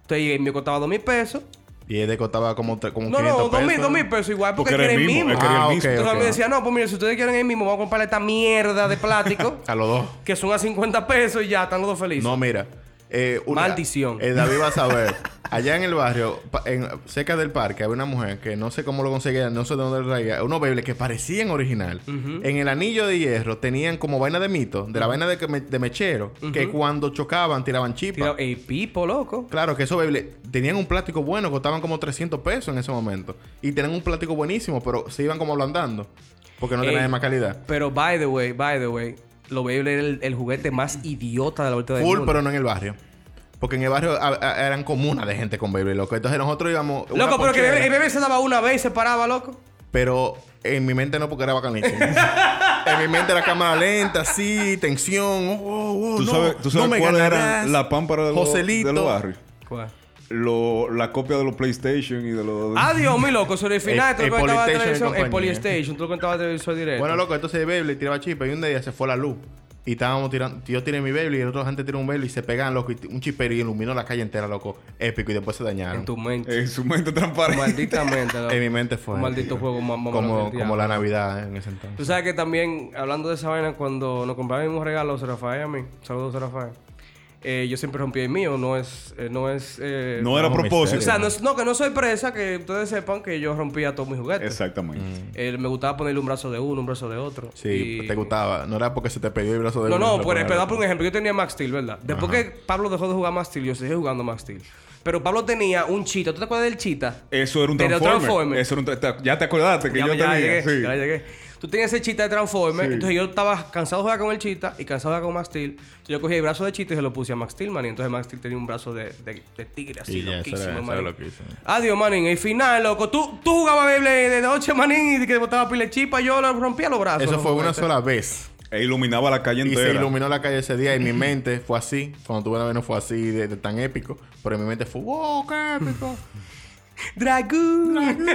Entonces el mío costaba dos mil pesos.
Y él le costaba como, tre- como
No,
500
no,
pesos.
dos mil, dos mil pesos igual porque, él quería el mismo.
él quería el
Ah, ok,
mismo.
Entonces me decía, no, pues mire, si ustedes quieren el mismo, vamos a comprarle esta mierda de plástico,
<laughs> A los dos.
que son a 50 pesos y ya, están los dos felices.
No, mira. eh, una-
Maldición.
eh, David va a
<laughs>
saber. Allá en el barrio, pa- en- cerca del parque, había una mujer que no sé cómo lo conseguía, no sé de dónde lo traía. Unos Beyblade que parecían original. En el anillo de hierro tenían como vaina de mito, de la vaina de, que me- de mechero, que cuando chocaban tiraban chispas.
Tira- Ey, pipo, loco.
Claro, que esos Beyblade tenían un plástico bueno, costaban como 300 pesos en ese momento. Y tenían un plástico buenísimo, pero se iban como ablandando. Porque no tenían
Ey.
más calidad.
Pero, by the way, by the way, lo Beyblade era el, el juguete más idiota de la vuelta del
Full,
mundo.
pero no en el barrio. Porque en el barrio a- a- eran comunas de gente con Beyblade, loco. Entonces nosotros íbamos. una
Loco, pero que el
ponchera,
bebé, el bebé se daba una vez y se paraba, loco.
Pero en mi mente no, porque era
<laughs>
bacanísimo. en mi mente era cámara lenta, sí, tensión. Oh, oh, oh,
¿Tú
no,
sabes, tú
no
sabes
me
cuál era
ganarás.
la pámpara de los,
Joselito.
de los barrios?
¿Cuál?
Lo- la copia de los PlayStation y de los.
Adiós, mi loco, eso era el final.
<laughs> El-
tú lo
el
contabas de
Polystation y
televisión. El
compañía.
Polystation, tú lo contabas de televisión directo.
Bueno, loco, entonces Beyblade tiraba chispa y un día se fue la luz. Y estábamos tirando, yo tiré mi Beyblade y el otro gente tiró un Beyblade y se pegan, loco, y t- un chispero y iluminó la calle entera, loco. Épico y después se dañaron.
En
<laughs>
tu mente.
<laughs> En su mente transparente.
Maldita mente, loco.
En mi mente fue.
Un maldito juego más- más malo
como,
que el
como
diablo. Pues,
la Navidad en ese
Tú
entonces.
sabes que también, hablando de esa vaina, cuando nos comprábamos un regalo, José Rafael y a mí, saludos José Rafael, eh, yo siempre rompí el mío. No es. eh, no es. eh,
No era a
un
propósito.
o sea, no, es- no, que no soy presa, que ustedes sepan que yo rompía todos mis juguetes.
Exactamente.
Mm.
Eh, me gustaba ponerle un brazo de uno, un brazo de otro.
Sí,
Y-
te gustaba. No era porque se te pidió el brazo de
No,
uno,
no,
lo
por,
ponías.
pero da por un ejemplo, yo tenía Max Steel, ¿verdad? Después que Pablo dejó de jugar Max Steel, yo seguí jugando Max Steel. Pero Pablo tenía un chita. ¿Tú te acuerdas del chita?
Eh,
Eso era un
Pero
transformer.
Transformer.
Eso era un tra- ta- ya te acordaste que
ya,
yo
ya
tenía.
llegué,
sí.
ya llegué. Tú tenías ese chita de Transformer,
Sí.
entonces yo estaba cansado de jugar con el chita y cansado de jugar con Max Steel. Entonces yo cogí el brazo de chita y se lo puse a Max Steel, man. Y entonces Max Steel tenía un brazo de, de, de tigre así,
Y ya, eso era-
loquísimo,
eso era
manín.
loquísimo.
Adiós, manín. El final, loco. Tú, tú jugabas Beyblade de noche, manín, y que botaba pile chipa, yo le rompía los brazos.
Eso
los
fue una
juguetes.
sola vez.
E iluminaba la calle
Y
entera.
se iluminó la calle ese día y mi mente fue así. Cuando tuve la vez no fue así de, de tan épico. Pero mi mente fue, wow, qué épico.
Dragón.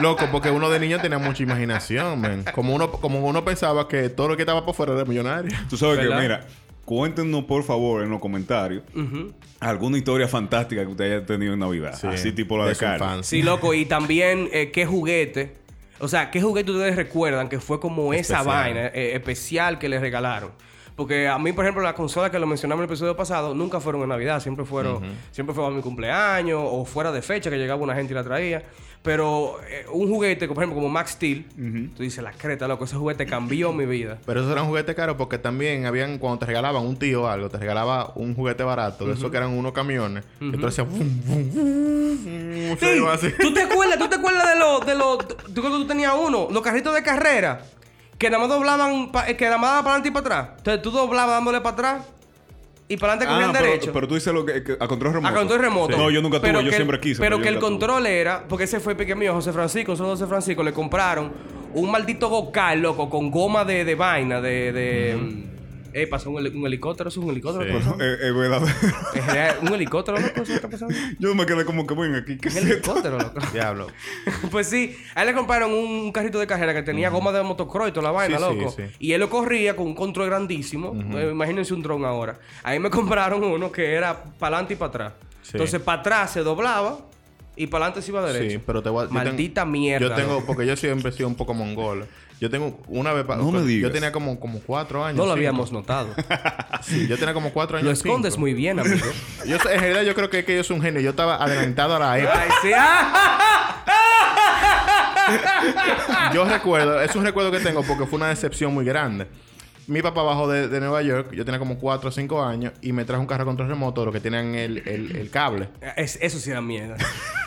Loco, porque uno de niño tenía mucha imaginación, man. Como uno, como uno pensaba que todo lo que estaba por fuera era millonario.
Tú sabes
¿Verdad?
que, mira, cuéntenos por favor en los comentarios alguna historia fantástica que usted haya tenido en Navidad.
Sí,
Así tipo la de,
su
Carlos.
infancia.
Sí, loco. Y también, eh, ¿qué juguete? O sea, ¿qué juguete ustedes recuerdan que fue como esa
Especial.
vaina eh, especial que les regalaron? Porque a mí, por ejemplo, las consolas que lo mencionamos en el episodio pasado nunca fueron en Navidad. Siempre fueron... Siempre fue a mi cumpleaños o fuera de fecha que llegaba una gente y la traía. Pero eh, un juguete, por ejemplo, como Max Steel. Tú dices, la creta, loco. Ese juguete cambió mi vida.
Pero esos eran juguetes caros porque también habían, cuando te regalaban un tío o algo, te regalaba un juguete barato, de esos que eran unos camiones, que tú hacías vum, vum, vum, vum, se
Sí,
iba así.
¿Tú te acuerdas? ¿Tú te acuerdas de los... De los ¿Tú cuando tú tenías uno? Los carritos de carrera. Que nada más doblaban... pa- eh, que nada más daban para adelante y para atrás. Entonces tú doblabas dándole para atrás. Y para adelante
Ah,
cogían derecho. Ah,
pero, pero tú dices lo que, que- a control remoto.
a control remoto.
No, yo nunca tuve,
Pero
yo
que el-
siempre quise.
Pero
yo
que el
nunca tuve.
control era... Porque ese fue pique mío, José Francisco. Solo José Francisco le compraron un maldito gocal, loco, con goma de, de vaina, de... de Eh, pasó un, heli- un helicóptero, eso es un helicóptero.
Sí.
loco?
Eh, eh, verdad. <laughs>
Es real, un helicóptero, loco, eso está pasando.
yo me quedé como que ven aquí. ¿qué
Un
es esto?
helicóptero, loco.
<laughs> Diablo.
Pues sí, a él le compraron un carrito de carrera que tenía goma de motocross y toda la vaina,
Sí, sí,
loco.
sí.
Y él lo corría con un control grandísimo. Eh, Imagínense un dron ahora. A mí me <laughs> compraron uno que era para adelante y para atrás.
Sí.
Entonces, para atrás se doblaba y para adelante se iba <laughs> derecho.
Sí, pero te voy a... yo tengo-
Maldita mierda.
Yo tengo...
loco.
Porque yo siempre he sido un poco mongol. Yo tengo una vez... pa-
No me digas.
Yo tenía como, como cuatro años.
No lo
cinco.
habíamos
<laughs>
notado.
Sí, yo tenía como cuatro años.
lo escondes
cinco.
muy
<laughs>
bien, amigo.
Yo, sé- en realidad yo creo que, es que yo soy un genio. Yo estaba adelantado a la época.
Ay, sí. ¡Ah!
Yo recuerdo, es un recuerdo que tengo porque fue una decepción muy grande. Mi papá bajó de, de Nueva York, yo tenía como 4 o 5 años, y me trajo un carro control remoto, lo que tenían el, el- el cable.
Es- eso sí era mierda.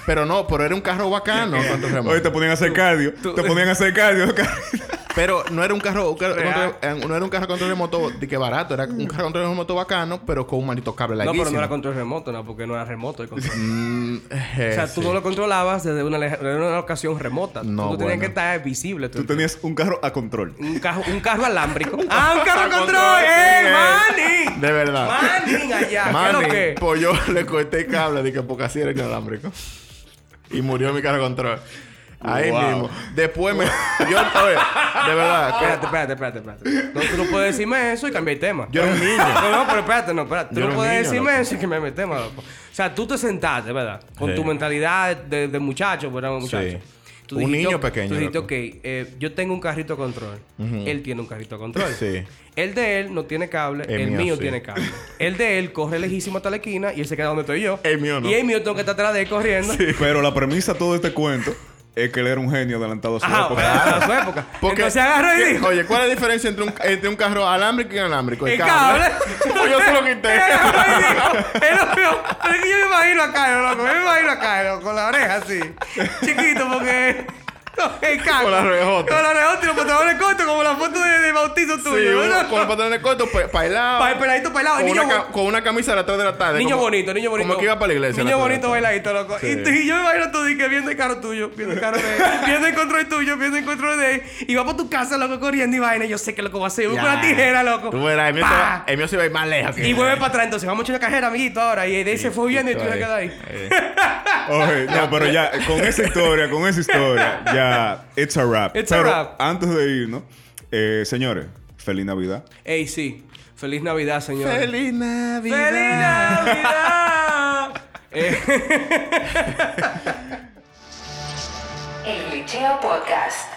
Pero no, pero era un carro
<laughs>
bacano, control
Oye, te
remoto.
ponían a hacer cardio. Te ponían a hacer cardio. <laughs>
Pero no era un carro, un carro-
Real.
control- eh, no era un carro control remoto de que barato, era un carro control remoto bacano, pero con un maldito cable
No, pero no
larguísimo.
era control remoto, no, porque no era remoto
<laughs>
el control.
Eh,
O sea,
sí.
tú no lo controlabas desde una, leja- desde una ocasión remota.
No,
tú tenías
bueno.
que estar visible. todo
Tú
el tiempo.
tenías un carro a control.
Un carro, un carro alámbrico. ¡Ah, un carro
control,
control! ¡Eh,
sí,
Manning!
De verdad.
¡Manning allá! ¿Qué es lo
Mami,
que?
pues yo le corté el cable dije, porque así era inalámbrico. Y murió mi carro control. Ahí
Wow.
mismo. Después me. Yo, oye, de
<laughs>
verdad. que-
Espérate, espérate, espérate, espérate. No, tú no puedes decirme eso y cambiar el tema.
Yo era un niño.
No, no, pero espérate, no, espérate. Tú
Yo
no
era un
puedes
niño,
decirme
loco.
eso y cambiar el tema, loco. O sea, tú te sentaste, ¿verdad? Con
Sí.
tu mentalidad de, de muchacho, pues éramos muchachos. Tú
Un
dijiste,
niño
ok,
pequeño,
Tú dijiste,
loco.
ok, eh, yo tengo un carrito a control. Él tiene un carrito a control.
Sí.
El de él no tiene cable, el,
El
mío,
mío sí.
tiene cable. El de él corre lejísimo hasta la esquina y él se queda donde estoy yo.
El mío no.
Y el mío tengo que estar atrás de él corriendo.
Pero la premisa de todo este cuento es que él era un genio adelantado a su
Ajá,
época.
para Ah, su época.
Porque,
Entonces agarra y
¿qué-
dijo.
Oye, ¿cuál es la diferencia entre un, entre un carro alámbrico y inalámbrico?
El cable.
<laughs> pues yo se lo
<laughs>
quité.
Él lo vio. Pero es que yo me imagino a Carlos, loco. Yo me imagino a Carlos con la oreja así. Chiquito, porque. <laughs> no, El Carlos.
Con la orejota.
Con la orejota y los pantalones cortos, como la foto de, de bautizo
Sí,
tuyo.
uno
¿verdad? <laughs>
con los pantalones cortos, pues, pe- bailado.
Pa- peladito, pelado.
Con,
niño
una,
bo-
ca- con una camisa a las 3 de la tarde.
Niño
como-
bonito, niño bonito.
Como que iba para la iglesia. a las
Niño
tres de la
bonito eh,
tarde.
bailadito, loco.
Sí.
Y, tú- y yo me imagino tú di que viendo el carro tuyo, viendo el carro
<laughs>
de viendo el control tuyo, viendo el control de él. Y va por tu casa, loco, corriendo y vaina. Yo sé que loco va a ser. Voy con la tijera, loco.
Tú verás, el mío, se
Pa.
va, el mío se va a ir más lejos. que-
Y vuelve para atrás, entonces vamos a echar una cajera, amiguito, ahora. Y de ahí se fue huyendo y tú te
Ahí.
quedas ahí.
Ahí.
Oye, no, pero ya, con esa historia, con esa historia, ya, it's a wrap.
It's a
Pero
wrap.
Antes de irnos, eh, señores, feliz Navidad.
Ey, sí. Feliz Navidad, señor.
Feliz Navidad.
Navidad! Eh,
El Liceo Podcast.